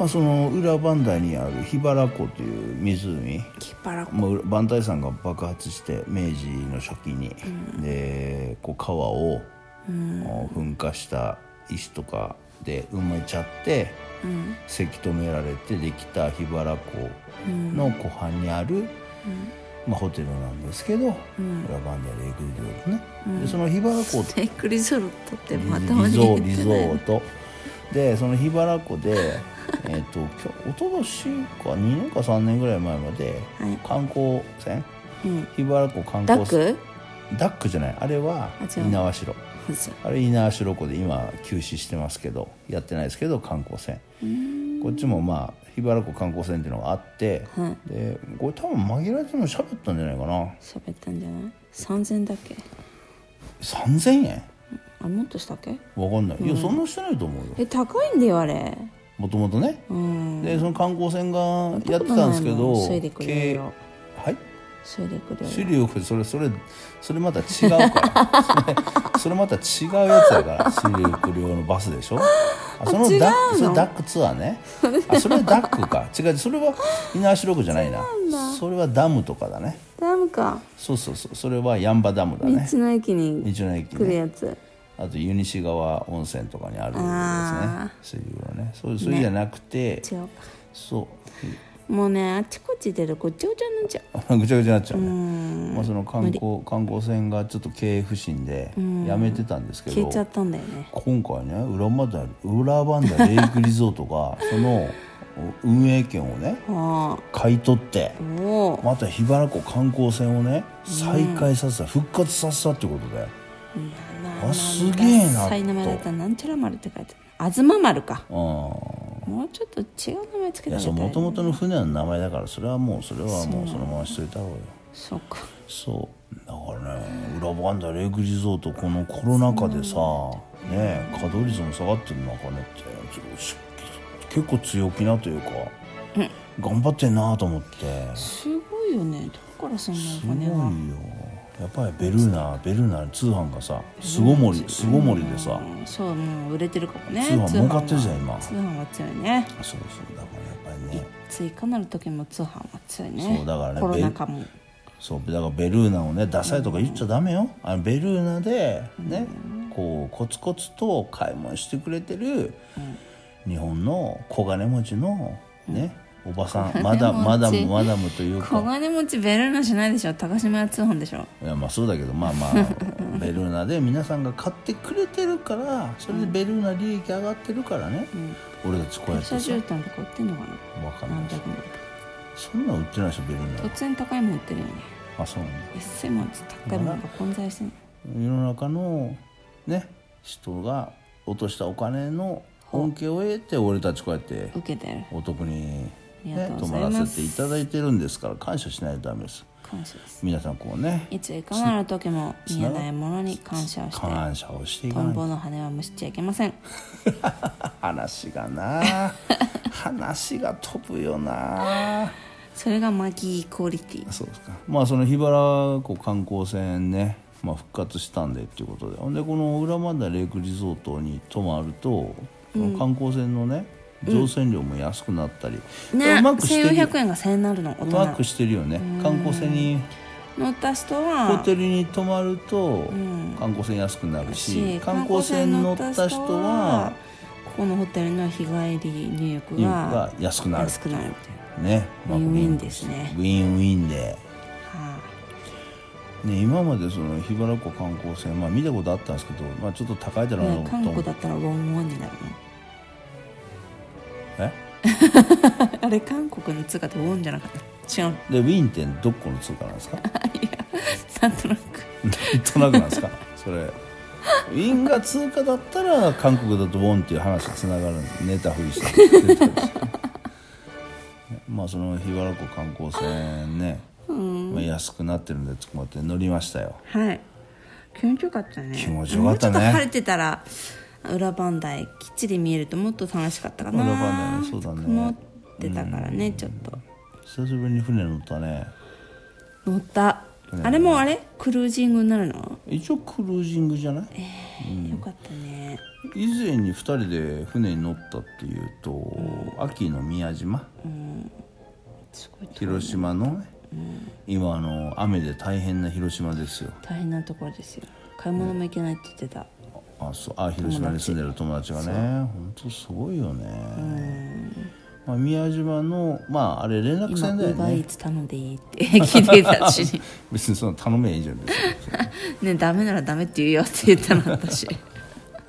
[SPEAKER 2] まあ、その裏磐梯にある桧原湖という湖
[SPEAKER 1] キパラコ
[SPEAKER 2] もう磐梯山が爆発して明治の初期に、でこう川を、もう噴火した石とかで埋めちゃって、せき止められてできた桧原湖の湖畔にある、まあ、ホテルなんですけど、裏磐梯レイクリゾートね、でその桧原湖って
[SPEAKER 1] テイクリゾルトってまた
[SPEAKER 2] リゾーリ
[SPEAKER 1] リ
[SPEAKER 2] ゾートでその桧原 湖でえっときょ一昨年か2年か3年ぐらい前まで、
[SPEAKER 1] はい
[SPEAKER 2] 観光船
[SPEAKER 1] うん
[SPEAKER 2] 桧原湖観
[SPEAKER 1] ダッ
[SPEAKER 2] 光船
[SPEAKER 1] ク
[SPEAKER 2] ダックじゃないあれは
[SPEAKER 1] あ違う
[SPEAKER 2] 猪苗代
[SPEAKER 1] そう
[SPEAKER 2] あれ猪苗代湖で今休止してますけどやってないですけど観光船こっちもまあ桧原湖観光船っていうのがあって、
[SPEAKER 1] は
[SPEAKER 2] でこれ多分紛らわしも喋ったんじゃないかな
[SPEAKER 1] 喋ったんじゃない3000だっけ
[SPEAKER 2] 3000円
[SPEAKER 1] あもっとしたっけ
[SPEAKER 2] わかんない、いやそんなしてないと思うよ
[SPEAKER 1] え高いんだよあれ
[SPEAKER 2] もともとね
[SPEAKER 1] うん
[SPEAKER 2] でその観光船がやってたんですけ
[SPEAKER 1] 見たことな
[SPEAKER 2] ど
[SPEAKER 1] いもん水陸両用
[SPEAKER 2] 経はい
[SPEAKER 1] 水陸両用
[SPEAKER 2] 水流それそれそれまた違うからそ れそれまた違うやつだから水流両用のバスでしょあそのダックそれダックツアーねあそれはダックか違うそれは猪苗代湖じゃないなそれはダムとかだね
[SPEAKER 1] ダムか
[SPEAKER 2] そうそうそうそれはヤンバダムだ
[SPEAKER 1] 道
[SPEAKER 2] ね
[SPEAKER 1] の駅
[SPEAKER 2] 道
[SPEAKER 1] に
[SPEAKER 2] の駅
[SPEAKER 1] 来る
[SPEAKER 2] ね
[SPEAKER 1] やつ
[SPEAKER 2] あと湯西川温泉とかにあるや
[SPEAKER 1] あ
[SPEAKER 2] つね水流ねそうそういうじゃなくて、
[SPEAKER 1] 違うか
[SPEAKER 2] そう
[SPEAKER 1] もうねあっちこっち出るごっちゃごちゃになっちゃう
[SPEAKER 2] ぐちゃぐちゃになっちゃうね、まあ、その観光観光船がちょっと経営不振でやめてたんですけ
[SPEAKER 1] 消
[SPEAKER 2] ど
[SPEAKER 1] えちゃったんだよね
[SPEAKER 2] 今回ね裏バンダ裏バンダ レイクリゾートがその運営権をね
[SPEAKER 1] あ
[SPEAKER 2] 買い取って
[SPEAKER 1] あおお
[SPEAKER 2] また桧原湖観光船をね再開させた復活させたってことであすげえな
[SPEAKER 1] 才能まれ
[SPEAKER 2] と
[SPEAKER 1] たなんちゃら丸って書いてある東丸か
[SPEAKER 2] うん
[SPEAKER 1] もうちょっと違う名前つけ
[SPEAKER 2] い
[SPEAKER 1] てあ
[SPEAKER 2] や
[SPEAKER 1] げ
[SPEAKER 2] そ
[SPEAKER 1] た
[SPEAKER 2] う
[SPEAKER 1] い
[SPEAKER 2] 元々の船の名前だからそれはもうそれはもうそのまましといた方がいいよ
[SPEAKER 1] そうか
[SPEAKER 2] そうだからね裏バンダレイクリゾートこのコロナ禍でさねえ稼働率も下がってる中ねってちょし結構強気なというか、頑張ってんなと思ってす
[SPEAKER 1] すごいよねどっからそんなお
[SPEAKER 2] ごい
[SPEAKER 1] 金
[SPEAKER 2] よ
[SPEAKER 1] が
[SPEAKER 2] やっぱりベルーナベルーナ通販がさ巣ごもり巣ごもりでさ
[SPEAKER 1] うんそうもう売れてるかもね
[SPEAKER 2] 通販儲かってるじ
[SPEAKER 1] ん
[SPEAKER 2] ゃん今そ
[SPEAKER 1] 通販は強いね
[SPEAKER 2] うそうだからやっぱりね
[SPEAKER 1] 追加なる時も通販は強いね
[SPEAKER 2] そうだからね
[SPEAKER 1] コロナ禍も
[SPEAKER 2] そうだからベルーナをねダサいとか言っちゃダメよあのベルーナでね、こうコツコツと買い物してくれてる日本の小金持ちのね、おばさん
[SPEAKER 1] 金持ち
[SPEAKER 2] マダムマダムマダムという
[SPEAKER 1] 小
[SPEAKER 2] か
[SPEAKER 1] 金持ちベルーナしないでしょ高島屋通販でしょ
[SPEAKER 2] いやまあそうだけどまあ まあベルーナで皆さんが買ってくれてるからそれでベルーナ利益上がってるからね、俺たちこうや
[SPEAKER 1] 役
[SPEAKER 2] って
[SPEAKER 1] 者
[SPEAKER 2] さ
[SPEAKER 1] 絨毯とか売ってんのかな
[SPEAKER 2] わかんない
[SPEAKER 1] 何
[SPEAKER 2] です
[SPEAKER 1] 百も
[SPEAKER 2] そんなん売ってないでしょベルーナは
[SPEAKER 1] 突然高いもん売ってるよね
[SPEAKER 2] あそうなんだ
[SPEAKER 1] 安いもんと高いもんが混在してんの
[SPEAKER 2] 世の中のね人が落としたお金の恩恵を得て俺たちこうやって
[SPEAKER 1] 受けてる
[SPEAKER 2] お得に、
[SPEAKER 1] ありが、
[SPEAKER 2] ね
[SPEAKER 1] と
[SPEAKER 2] 泊
[SPEAKER 1] うござ
[SPEAKER 2] ま
[SPEAKER 1] います
[SPEAKER 2] らせていただいてるんですから感謝しないとダメです
[SPEAKER 1] 感謝です
[SPEAKER 2] 皆さんこうね
[SPEAKER 1] いついかなる時も見えないものに感謝をして
[SPEAKER 2] 感謝をしてい
[SPEAKER 1] ト
[SPEAKER 2] か
[SPEAKER 1] ン
[SPEAKER 2] ない
[SPEAKER 1] ボの羽は蒸しちゃいけません
[SPEAKER 2] 話がな話が飛ぶよな
[SPEAKER 1] それがマギークオリティ
[SPEAKER 2] そうですかまあその桧原湖観光船ね、まあ、復活したんでっていうことでほんでこの裏まだレイクリゾートに泊まると、その観光船のね乗船料も安くなったり、
[SPEAKER 1] ね
[SPEAKER 2] うまくしてるよ
[SPEAKER 1] 1400円が1000円になるの大
[SPEAKER 2] うま
[SPEAKER 1] 人
[SPEAKER 2] くしてるよね観光船に
[SPEAKER 1] 乗った人
[SPEAKER 2] ホ
[SPEAKER 1] は
[SPEAKER 2] テルに泊まると観光船安くなるし、
[SPEAKER 1] し
[SPEAKER 2] 観光船乗った人は
[SPEAKER 1] ここのホテルの日帰り入浴
[SPEAKER 2] 入浴
[SPEAKER 1] が
[SPEAKER 2] が安くなる
[SPEAKER 1] 安くなるみたいな
[SPEAKER 2] ねまあ
[SPEAKER 1] ウィンウィンですね
[SPEAKER 2] ウィンウィンで。
[SPEAKER 1] は
[SPEAKER 2] ね、今までその桧原湖観光船、まあ、見たことあったんですけど、まあ、ちょっと高いだ
[SPEAKER 1] い
[SPEAKER 2] ろうな
[SPEAKER 1] ね
[SPEAKER 2] と
[SPEAKER 1] 韓
[SPEAKER 2] 思
[SPEAKER 1] 国
[SPEAKER 2] って
[SPEAKER 1] だったらウォンウォンになるの
[SPEAKER 2] え
[SPEAKER 1] あれ韓国の通貨ってウォンじゃなかった違う
[SPEAKER 2] でウィーンってどこの通貨なんですか
[SPEAKER 1] なんとなく
[SPEAKER 2] なんとなくなんですかそれウィーンが通貨だったら韓国だとウォンっていう話がつながるんですネタふりしてまあその桧原湖観光船ね、まあ、安くなってるんでこうやって乗りましたよ
[SPEAKER 1] はい気持ちよかったね
[SPEAKER 2] 気持ちよかったね
[SPEAKER 1] もうちょっと晴れてたら裏磐梯きっちり見えるともっと楽しかったかな
[SPEAKER 2] 裏磐梯そうだね
[SPEAKER 1] 曇ってたからねちょっと
[SPEAKER 2] 久しぶりに船乗ったね
[SPEAKER 1] 乗った、あれもあれクルージングになるの、
[SPEAKER 2] 一応クルージングじゃない
[SPEAKER 1] よかったね
[SPEAKER 2] 以前に2人で船に乗ったっていうと、秋の宮島
[SPEAKER 1] すごい
[SPEAKER 2] 広島のね、今あの雨で大変な広島ですよ
[SPEAKER 1] 大変なところですよ買い物も行けないって言ってた、
[SPEAKER 2] あそうあ広島に住んでる友達がね本当すごいよね、まあ、宮島のまああれ連絡
[SPEAKER 1] 今ウ
[SPEAKER 2] 船だよ
[SPEAKER 1] ーバーイー
[SPEAKER 2] ね
[SPEAKER 1] ツ頼んでいいって聞いてた し
[SPEAKER 2] 別にその頼めばいいじゃん別 に
[SPEAKER 1] ねダメならダメって言うよって言ったの私
[SPEAKER 2] ねまあ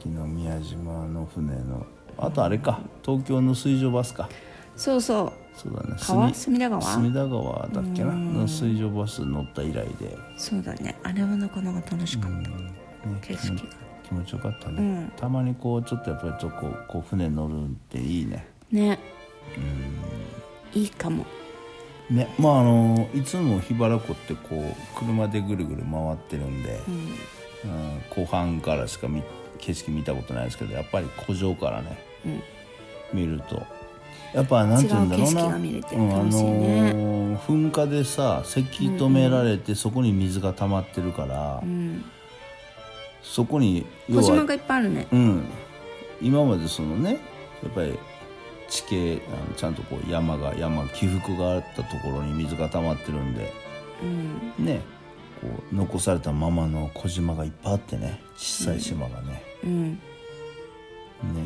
[SPEAKER 2] 秋の宮島の船のあとあれか東京の水上バスか
[SPEAKER 1] そうそう
[SPEAKER 2] そうだね
[SPEAKER 1] 川
[SPEAKER 2] す
[SPEAKER 1] 隅田川
[SPEAKER 2] み隅田川だっけなの水上バス乗った以来で
[SPEAKER 1] そうだねあれはなかなか楽しかった、
[SPEAKER 2] ね
[SPEAKER 1] 景色が
[SPEAKER 2] 気持ちよかったね、たまにこうちょっとやっぱりちょっとこうこう船乗るっていいね
[SPEAKER 1] ねいいかも
[SPEAKER 2] ねまああのいつも桧原湖ってこう車でぐるぐる回ってるんで、うん後半からしか見景色見たことないですけどやっぱり湖上からね、見るとやっぱなんて言うんだろうな
[SPEAKER 1] 違う景色が見れて
[SPEAKER 2] うん
[SPEAKER 1] 楽しいね
[SPEAKER 2] あの噴火でさせき止められてそこに水が溜まってるから、そこに
[SPEAKER 1] 小島がいっぱいあるね
[SPEAKER 2] うん、今までそのねやっぱり地形あのちゃんとこう山が山起伏があったところに水が溜まってるんで、ねこう残されたままの小島がいっぱいあってね小さい島がね,、
[SPEAKER 1] うん
[SPEAKER 2] ね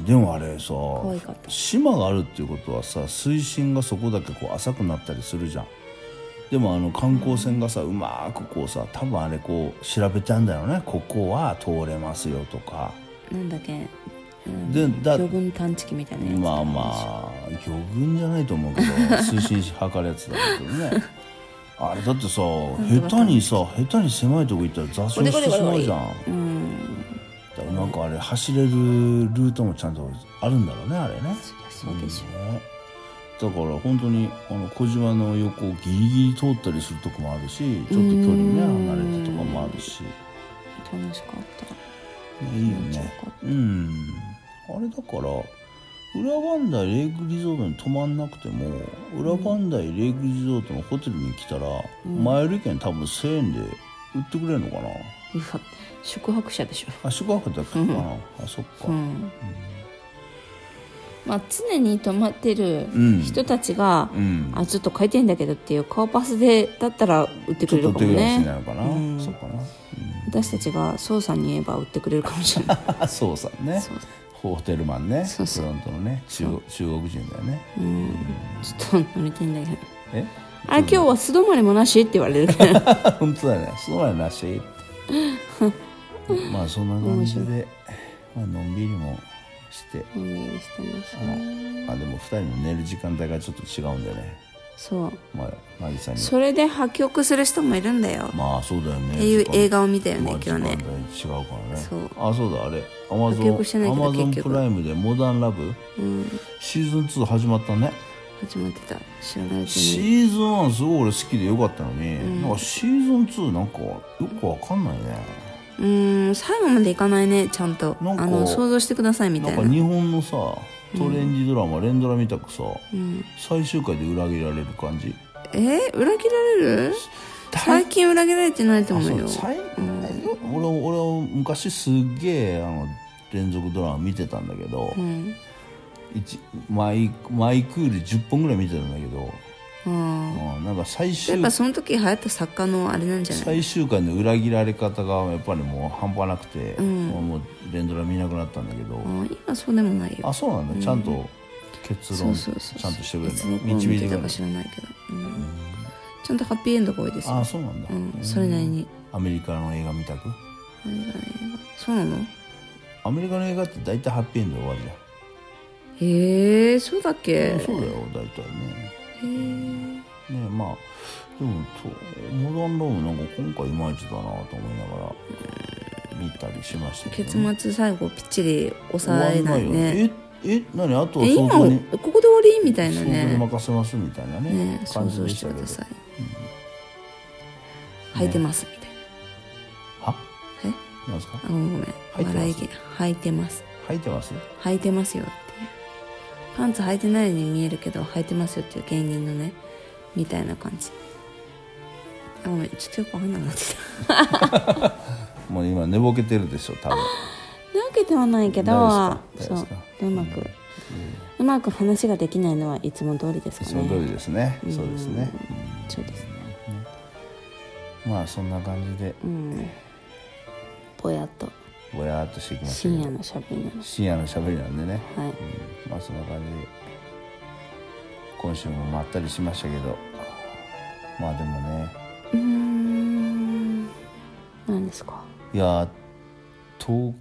[SPEAKER 2] でもあれさ
[SPEAKER 1] 可愛かった
[SPEAKER 2] 島があるっていうことはさ水深がそこだけこう浅くなったりするじゃんでもあの観光船がさうまーくこうさ多分あれこう調べてあんだよねここは通れますよとか
[SPEAKER 1] なんだっけ
[SPEAKER 2] でだ
[SPEAKER 1] 魚群探知機みたいなやつ
[SPEAKER 2] まあまあ魚群じゃないと思うけど水深測るやつだけど ねあれだってさ下手にさ下手に狭いとこ行ったら座礁してしまうじゃんだからなんかあれ走れるルートもちゃんとあるんだろうねあれね
[SPEAKER 1] そうでしょ、
[SPEAKER 2] ねだから本当にあの小島の横をギリギリ通ったりするとこもあるしちょっと距離ね離れてとかもあるし、ね
[SPEAKER 1] 楽しかった
[SPEAKER 2] いいよね
[SPEAKER 1] よかっ
[SPEAKER 2] うんあれだから裏磐梯レイクリゾートに泊まんなくても裏磐梯レイクリゾートのホテルに来たら、前売り券多分1000円で売ってくれるのかな
[SPEAKER 1] たうわ宿泊者でしょ
[SPEAKER 2] あ宿泊だっけかな、あそっか、
[SPEAKER 1] うんまあ、常に泊まってる
[SPEAKER 2] うん
[SPEAKER 1] 人たちが、
[SPEAKER 2] うん
[SPEAKER 1] あちょっと買いたいんだけどっていう顔パスでだったら売ってく
[SPEAKER 2] ちょ
[SPEAKER 1] れ
[SPEAKER 2] っと
[SPEAKER 1] る
[SPEAKER 2] お
[SPEAKER 1] か
[SPEAKER 2] 手
[SPEAKER 1] も
[SPEAKER 2] ぐらい
[SPEAKER 1] ね
[SPEAKER 2] しないのかな、
[SPEAKER 1] うん
[SPEAKER 2] そっかな、
[SPEAKER 1] 私たちが宋さんに言えば売ってくれるかもしれない
[SPEAKER 2] あそうさんね
[SPEAKER 1] そう
[SPEAKER 2] ホーテルマンね
[SPEAKER 1] そうそう
[SPEAKER 2] フロントのね中国中国人だよね
[SPEAKER 1] うんちょっと乗れてんだけど
[SPEAKER 2] え
[SPEAKER 1] あれ今日は素泊まりもなしって言われるから
[SPEAKER 2] 本当だよねその前なし ってまあそんな感じで、まあのんびりもして
[SPEAKER 1] お願いしてますね
[SPEAKER 2] まあでも2人の寝る時間帯がちょっと違うんだよね
[SPEAKER 1] そう
[SPEAKER 2] まあ渚に
[SPEAKER 1] それで破局する人もいるんだよ
[SPEAKER 2] まあそうだよね
[SPEAKER 1] っていう
[SPEAKER 2] 時間
[SPEAKER 1] 映画を見たよ
[SPEAKER 2] ま
[SPEAKER 1] ね
[SPEAKER 2] あ
[SPEAKER 1] 今日
[SPEAKER 2] 時間帯
[SPEAKER 1] ね
[SPEAKER 2] 違うからね
[SPEAKER 1] そう
[SPEAKER 2] あそうだあれアマゾン
[SPEAKER 1] 結局してない
[SPEAKER 2] ア
[SPEAKER 1] けど
[SPEAKER 2] マゾン
[SPEAKER 1] 結
[SPEAKER 2] プ
[SPEAKER 1] 局
[SPEAKER 2] ライムで「モダンラブ」
[SPEAKER 1] うん
[SPEAKER 2] シーズン2始まったね
[SPEAKER 1] 始まってた知らないうち
[SPEAKER 2] シ
[SPEAKER 1] に
[SPEAKER 2] ーズン1すごい俺好きでよかったのに、なんかシーズン2なんかよくわかんないね
[SPEAKER 1] うん最後までいかないねちゃんと
[SPEAKER 2] なんか
[SPEAKER 1] あの想像してくださいみ
[SPEAKER 2] な
[SPEAKER 1] た
[SPEAKER 2] ん
[SPEAKER 1] い
[SPEAKER 2] か
[SPEAKER 1] な
[SPEAKER 2] 日本のさトレンディドラマ、連ドラ見たくさ
[SPEAKER 1] うん、
[SPEAKER 2] 最終回で裏切られる感じ
[SPEAKER 1] えー裏切られる最近裏切られてないと思うよ
[SPEAKER 2] あそう最俺は俺は昔すっげえあの連続ドラマ見てたんだけど、
[SPEAKER 1] うん
[SPEAKER 2] 一マイマイクール10本ぐらい見てたんだけど、
[SPEAKER 1] うん
[SPEAKER 2] うんなんか最
[SPEAKER 1] やっ
[SPEAKER 2] 終
[SPEAKER 1] ぱその時流行った作家のあれなんじゃない
[SPEAKER 2] 最終回の裏切られ方がやっぱりもう半端なくて、もう連ドラ見なくなったんだけど、
[SPEAKER 1] うん今そうでもないよ
[SPEAKER 2] あそうなんだ、ちゃんと結
[SPEAKER 1] そ
[SPEAKER 2] 論
[SPEAKER 1] う
[SPEAKER 2] ち
[SPEAKER 1] そうそう
[SPEAKER 2] ゃんとしてくれ
[SPEAKER 1] い
[SPEAKER 2] る
[SPEAKER 1] つ
[SPEAKER 2] の
[SPEAKER 1] の頃
[SPEAKER 2] 導い
[SPEAKER 1] 見て
[SPEAKER 2] てくれ
[SPEAKER 1] た
[SPEAKER 2] る
[SPEAKER 1] か知らないけど、うん、ちゃんとハッピーエンドが多いですよ
[SPEAKER 2] あそうなんだ、
[SPEAKER 1] うん、それなりに
[SPEAKER 2] アメリカの映画見たく
[SPEAKER 1] あれだねそうなの
[SPEAKER 2] アメリカの映画って大体ハッピーエンドで終わりだ、
[SPEAKER 1] へえそうだっけ
[SPEAKER 2] そうだよ大体ね
[SPEAKER 1] へー
[SPEAKER 2] ねまあでもとモダンロームなんか今回いまいちだなと思いながら見たりしましたけど、ね、
[SPEAKER 1] 結末最後ぴっちり
[SPEAKER 2] 終
[SPEAKER 1] 抑
[SPEAKER 2] わ
[SPEAKER 1] え
[SPEAKER 2] ん
[SPEAKER 1] な
[SPEAKER 2] ない
[SPEAKER 1] い
[SPEAKER 2] よ
[SPEAKER 1] ね
[SPEAKER 2] ねええ何あとは
[SPEAKER 1] え
[SPEAKER 2] 想
[SPEAKER 1] 今
[SPEAKER 2] 像に
[SPEAKER 1] ここで終わりみたいな
[SPEAKER 2] 想像に
[SPEAKER 1] ね
[SPEAKER 2] 任せますみたいなね
[SPEAKER 1] ね想
[SPEAKER 2] 感じ
[SPEAKER 1] 像
[SPEAKER 2] で
[SPEAKER 1] し
[SPEAKER 2] してた
[SPEAKER 1] く
[SPEAKER 2] け
[SPEAKER 1] だ
[SPEAKER 2] ど
[SPEAKER 1] さい履いてますみたい
[SPEAKER 2] は
[SPEAKER 1] なえ
[SPEAKER 2] なんですか
[SPEAKER 1] あごめん
[SPEAKER 2] てます
[SPEAKER 1] 笑いげ履いてます
[SPEAKER 2] 履いてます
[SPEAKER 1] 履いてますよっていうパンツ履いてないように見えるけど履いてますよっていう芸人のねみたいな感じあごめんちょっとよくわかんなくなってきた
[SPEAKER 2] もう今寝ぼけてるでしょ多
[SPEAKER 1] な
[SPEAKER 2] 分
[SPEAKER 1] わけではないけど
[SPEAKER 2] 大丈夫です
[SPEAKER 1] そ
[SPEAKER 2] か
[SPEAKER 1] ううまく、うまく話ができないのはいつも通りですかね
[SPEAKER 2] その通りですねそうですね
[SPEAKER 1] そうですね
[SPEAKER 2] うんまあそんな感じで
[SPEAKER 1] うんぼやっと
[SPEAKER 2] ぼやーっとしていきましたけ
[SPEAKER 1] 深
[SPEAKER 2] ど
[SPEAKER 1] 夜のしゃべりなの
[SPEAKER 2] 深夜のしゃべりなんでね
[SPEAKER 1] はい
[SPEAKER 2] うんまあそんな感じで今週もまったりしましたけどまあでもね
[SPEAKER 1] うーん何ですか
[SPEAKER 2] いやと、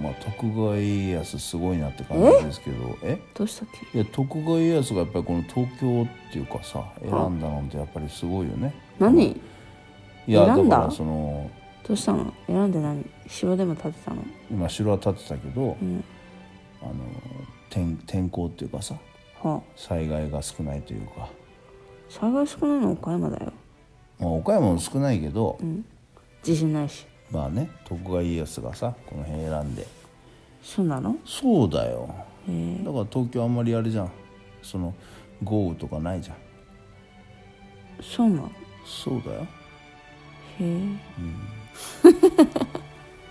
[SPEAKER 2] まあ、徳川家康すごいなって感じですけどえ
[SPEAKER 1] どうしたっけ
[SPEAKER 2] いや徳川家康がやっぱりこの東京っていうかさ選んだのってやっぱりすごいよね
[SPEAKER 1] 何
[SPEAKER 2] いや
[SPEAKER 1] 選んだ
[SPEAKER 2] だからその
[SPEAKER 1] どうしたの選んで何城でも建てたの
[SPEAKER 2] 今城は建てたけど、
[SPEAKER 1] ん
[SPEAKER 2] あの天天候っていうかさ
[SPEAKER 1] はあ
[SPEAKER 2] 災害が少ないというか、
[SPEAKER 1] 災害少ないのは岡山だよ
[SPEAKER 2] まあ、岡山も少ないけど、
[SPEAKER 1] 自信ないし
[SPEAKER 2] まあね徳川家康がさこの辺選んで
[SPEAKER 1] そうなの
[SPEAKER 2] そうだよ
[SPEAKER 1] へえ
[SPEAKER 2] だから東京あんまりあれじゃんその豪雨とかないじゃん
[SPEAKER 1] そうなの
[SPEAKER 2] そうだよ
[SPEAKER 1] へえ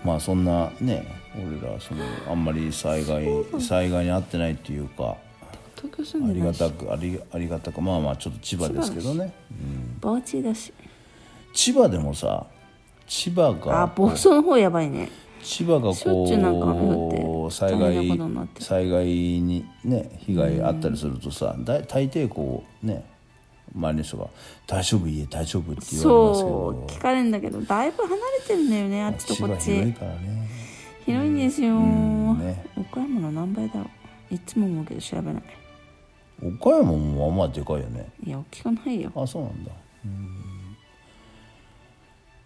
[SPEAKER 2] まあそんなね俺らはそのあんまり災害災害に遭ってないっていうか
[SPEAKER 1] 東京住ん
[SPEAKER 2] あり
[SPEAKER 1] でな
[SPEAKER 2] が
[SPEAKER 1] いした
[SPEAKER 2] くありありがたくまあまあちょっと千葉ですけどね、うん、
[SPEAKER 1] バーチーだし
[SPEAKER 2] 千葉でもさ千葉
[SPEAKER 1] あ
[SPEAKER 2] が
[SPEAKER 1] 房総の方やばいね
[SPEAKER 2] 千葉が
[SPEAKER 1] しょっちゅうなんか雨降っ
[SPEAKER 2] こう
[SPEAKER 1] て大
[SPEAKER 2] 災
[SPEAKER 1] 変な
[SPEAKER 2] 害
[SPEAKER 1] ことになってる
[SPEAKER 2] 災害にね被害あったりするとさ、だい大抵こうね周りの人が「大丈夫家大丈夫」って言われますけ
[SPEAKER 1] そう
[SPEAKER 2] ど
[SPEAKER 1] 聞かれるんだけどだいぶ離れてるんだよねあっちと
[SPEAKER 2] 千
[SPEAKER 1] こ
[SPEAKER 2] 葉
[SPEAKER 1] っ
[SPEAKER 2] 広い
[SPEAKER 1] ち
[SPEAKER 2] からね
[SPEAKER 1] 広いんですよ
[SPEAKER 2] うんね
[SPEAKER 1] 岡山の何倍だろういつも思うけど調べない
[SPEAKER 2] 岡山もまあまあでかいよね
[SPEAKER 1] いや大きくないよ
[SPEAKER 2] あそうなんだうん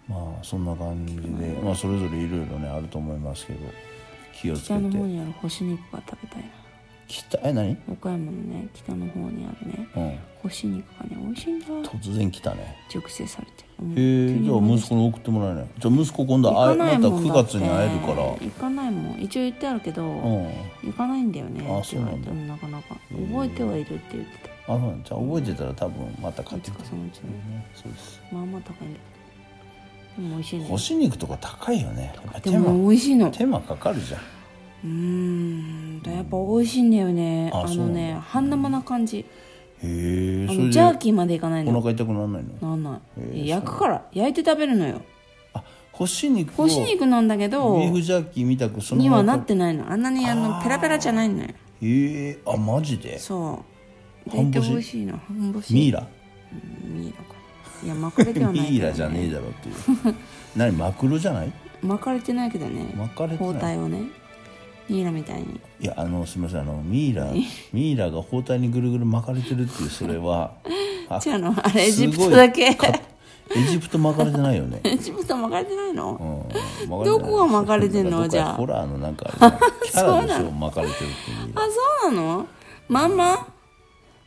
[SPEAKER 2] まあそんな感じで、まあ、それぞれいろいろねあると思いますけど気をつけ
[SPEAKER 1] 北の方
[SPEAKER 2] て
[SPEAKER 1] にある干し肉が食べたいな
[SPEAKER 2] 北え何
[SPEAKER 1] 岡山のね北の方にあるね
[SPEAKER 2] う
[SPEAKER 1] 干
[SPEAKER 2] ん
[SPEAKER 1] し肉がね美味しいんだ
[SPEAKER 2] 突然来たね
[SPEAKER 1] 熟成されてる、うん
[SPEAKER 2] へえじゃあ息子に送ってもらえないじゃあ息子今度
[SPEAKER 1] 行
[SPEAKER 2] あ
[SPEAKER 1] か
[SPEAKER 2] えま
[SPEAKER 1] な
[SPEAKER 2] た
[SPEAKER 1] いもん
[SPEAKER 2] 9
[SPEAKER 1] だって
[SPEAKER 2] 月に会えるから
[SPEAKER 1] 行かないもん一応言ってあるけど、
[SPEAKER 2] うん
[SPEAKER 1] 行かないんだよね
[SPEAKER 2] あ
[SPEAKER 1] って言われて
[SPEAKER 2] そう
[SPEAKER 1] なかなか覚えてはいるって言ってた
[SPEAKER 2] あそうなんじゃあ覚えてたら多分また買
[SPEAKER 1] い
[SPEAKER 2] って
[SPEAKER 1] つ
[SPEAKER 2] く
[SPEAKER 1] か
[SPEAKER 2] る
[SPEAKER 1] そのうちね
[SPEAKER 2] ねそうです
[SPEAKER 1] まあまあ高いんだけどでも美味しいね
[SPEAKER 2] 干し肉とか高いよねやっぱ手
[SPEAKER 1] で
[SPEAKER 2] 間
[SPEAKER 1] も美味しいの
[SPEAKER 2] 手間かかるじゃん
[SPEAKER 1] うーんやっぱ美味しいんだよね
[SPEAKER 2] あ
[SPEAKER 1] あ
[SPEAKER 2] そう
[SPEAKER 1] の
[SPEAKER 2] なんだ
[SPEAKER 1] ね半生な感じ
[SPEAKER 2] へえ
[SPEAKER 1] あ
[SPEAKER 2] そ
[SPEAKER 1] の
[SPEAKER 2] れ
[SPEAKER 1] ジ
[SPEAKER 2] で
[SPEAKER 1] ャーキーまでいかない
[SPEAKER 2] お
[SPEAKER 1] の
[SPEAKER 2] 腹痛くならない
[SPEAKER 1] な
[SPEAKER 2] の
[SPEAKER 1] んないいや焼くから焼いて食べるのよ
[SPEAKER 2] あ干し肉を
[SPEAKER 1] 干し肉なんだけ
[SPEAKER 2] ビ
[SPEAKER 1] ど
[SPEAKER 2] ーフジャーキーみたくその
[SPEAKER 1] に
[SPEAKER 2] ま
[SPEAKER 1] はな
[SPEAKER 2] ま
[SPEAKER 1] ってないのあんなにあのペラペラじゃないのよ
[SPEAKER 2] へえあマジで
[SPEAKER 1] そう
[SPEAKER 2] 半
[SPEAKER 1] 大
[SPEAKER 2] 干し
[SPEAKER 1] 体美味しいの半干し
[SPEAKER 2] ミイラ
[SPEAKER 1] ミイラかないや巻かれてはないけどね
[SPEAKER 2] ミイラじゃねえだろっていう何マクロじゃない
[SPEAKER 1] 巻かれてないけどね
[SPEAKER 2] 巻かれてない
[SPEAKER 1] 包帯をねミイラみたいに
[SPEAKER 2] いやあのすみませんあのミ イラミイラが包帯にぐるぐる巻かれてるっていうそれはあ
[SPEAKER 1] 違うのあれエ
[SPEAKER 2] す
[SPEAKER 1] ジ
[SPEAKER 2] ごい
[SPEAKER 1] プトだけ
[SPEAKER 2] かエジプト巻かれてないよね
[SPEAKER 1] エジプト巻かれてないの、
[SPEAKER 2] うん巻かれてない
[SPEAKER 1] どこが巻かれてんの
[SPEAKER 2] どっか
[SPEAKER 1] じゃあ
[SPEAKER 2] ホラーのなんかあれじゃ んキャラでしょ巻かれてるっていう
[SPEAKER 1] あそうなのまんま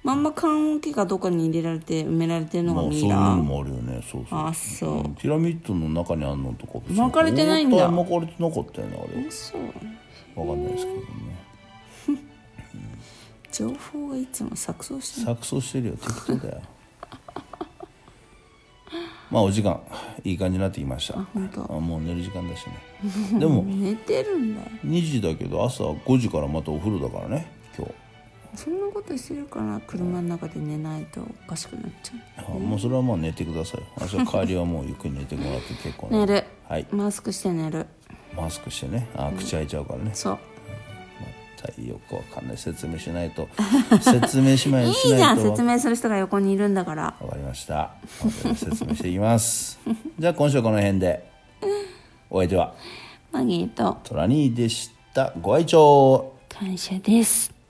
[SPEAKER 1] まんま棺桶かどっかに入れられて埋められてるの
[SPEAKER 2] まあ
[SPEAKER 1] が
[SPEAKER 2] そ
[SPEAKER 1] ミ
[SPEAKER 2] うい
[SPEAKER 1] イ
[SPEAKER 2] う
[SPEAKER 1] ラ、
[SPEAKER 2] のもあるよねそうそう
[SPEAKER 1] あそう、
[SPEAKER 2] うんピラミッドの中にあんのとか別に
[SPEAKER 1] 巻かれてないんだ
[SPEAKER 2] 包帯巻かれてなかったよねあれ
[SPEAKER 1] そう
[SPEAKER 2] わかんないですけどね
[SPEAKER 1] 情報がいつも錯綜してる
[SPEAKER 2] 錯綜してるよ適当だよ まあお時間いい感じになってきました
[SPEAKER 1] あ本当
[SPEAKER 2] あもう寝る時間だしね でも
[SPEAKER 1] 寝てるんだよ
[SPEAKER 2] 2時だけど朝5時からまたお風呂だからね今日
[SPEAKER 1] そんなことしてるから車の中で寝ないとおかしくなっちゃ
[SPEAKER 2] あもうそれはもう寝てください私は帰りはもうゆっくり寝てもらって結構
[SPEAKER 1] う寝る、
[SPEAKER 2] はい
[SPEAKER 1] マスクして寝る
[SPEAKER 2] マスクしてねあ口開いちゃうからね、
[SPEAKER 1] そう
[SPEAKER 2] またよくわかんない説明しな いと説明しない
[SPEAKER 1] いい
[SPEAKER 2] し
[SPEAKER 1] じゃ
[SPEAKER 2] ない
[SPEAKER 1] ん
[SPEAKER 2] とわ
[SPEAKER 1] 説明する人が横にいるんだから
[SPEAKER 2] わかりました後で説明していきますじゃあ今週はこの辺でお相手は
[SPEAKER 1] マギーと
[SPEAKER 2] トラニーでしたご愛聴
[SPEAKER 1] 感謝です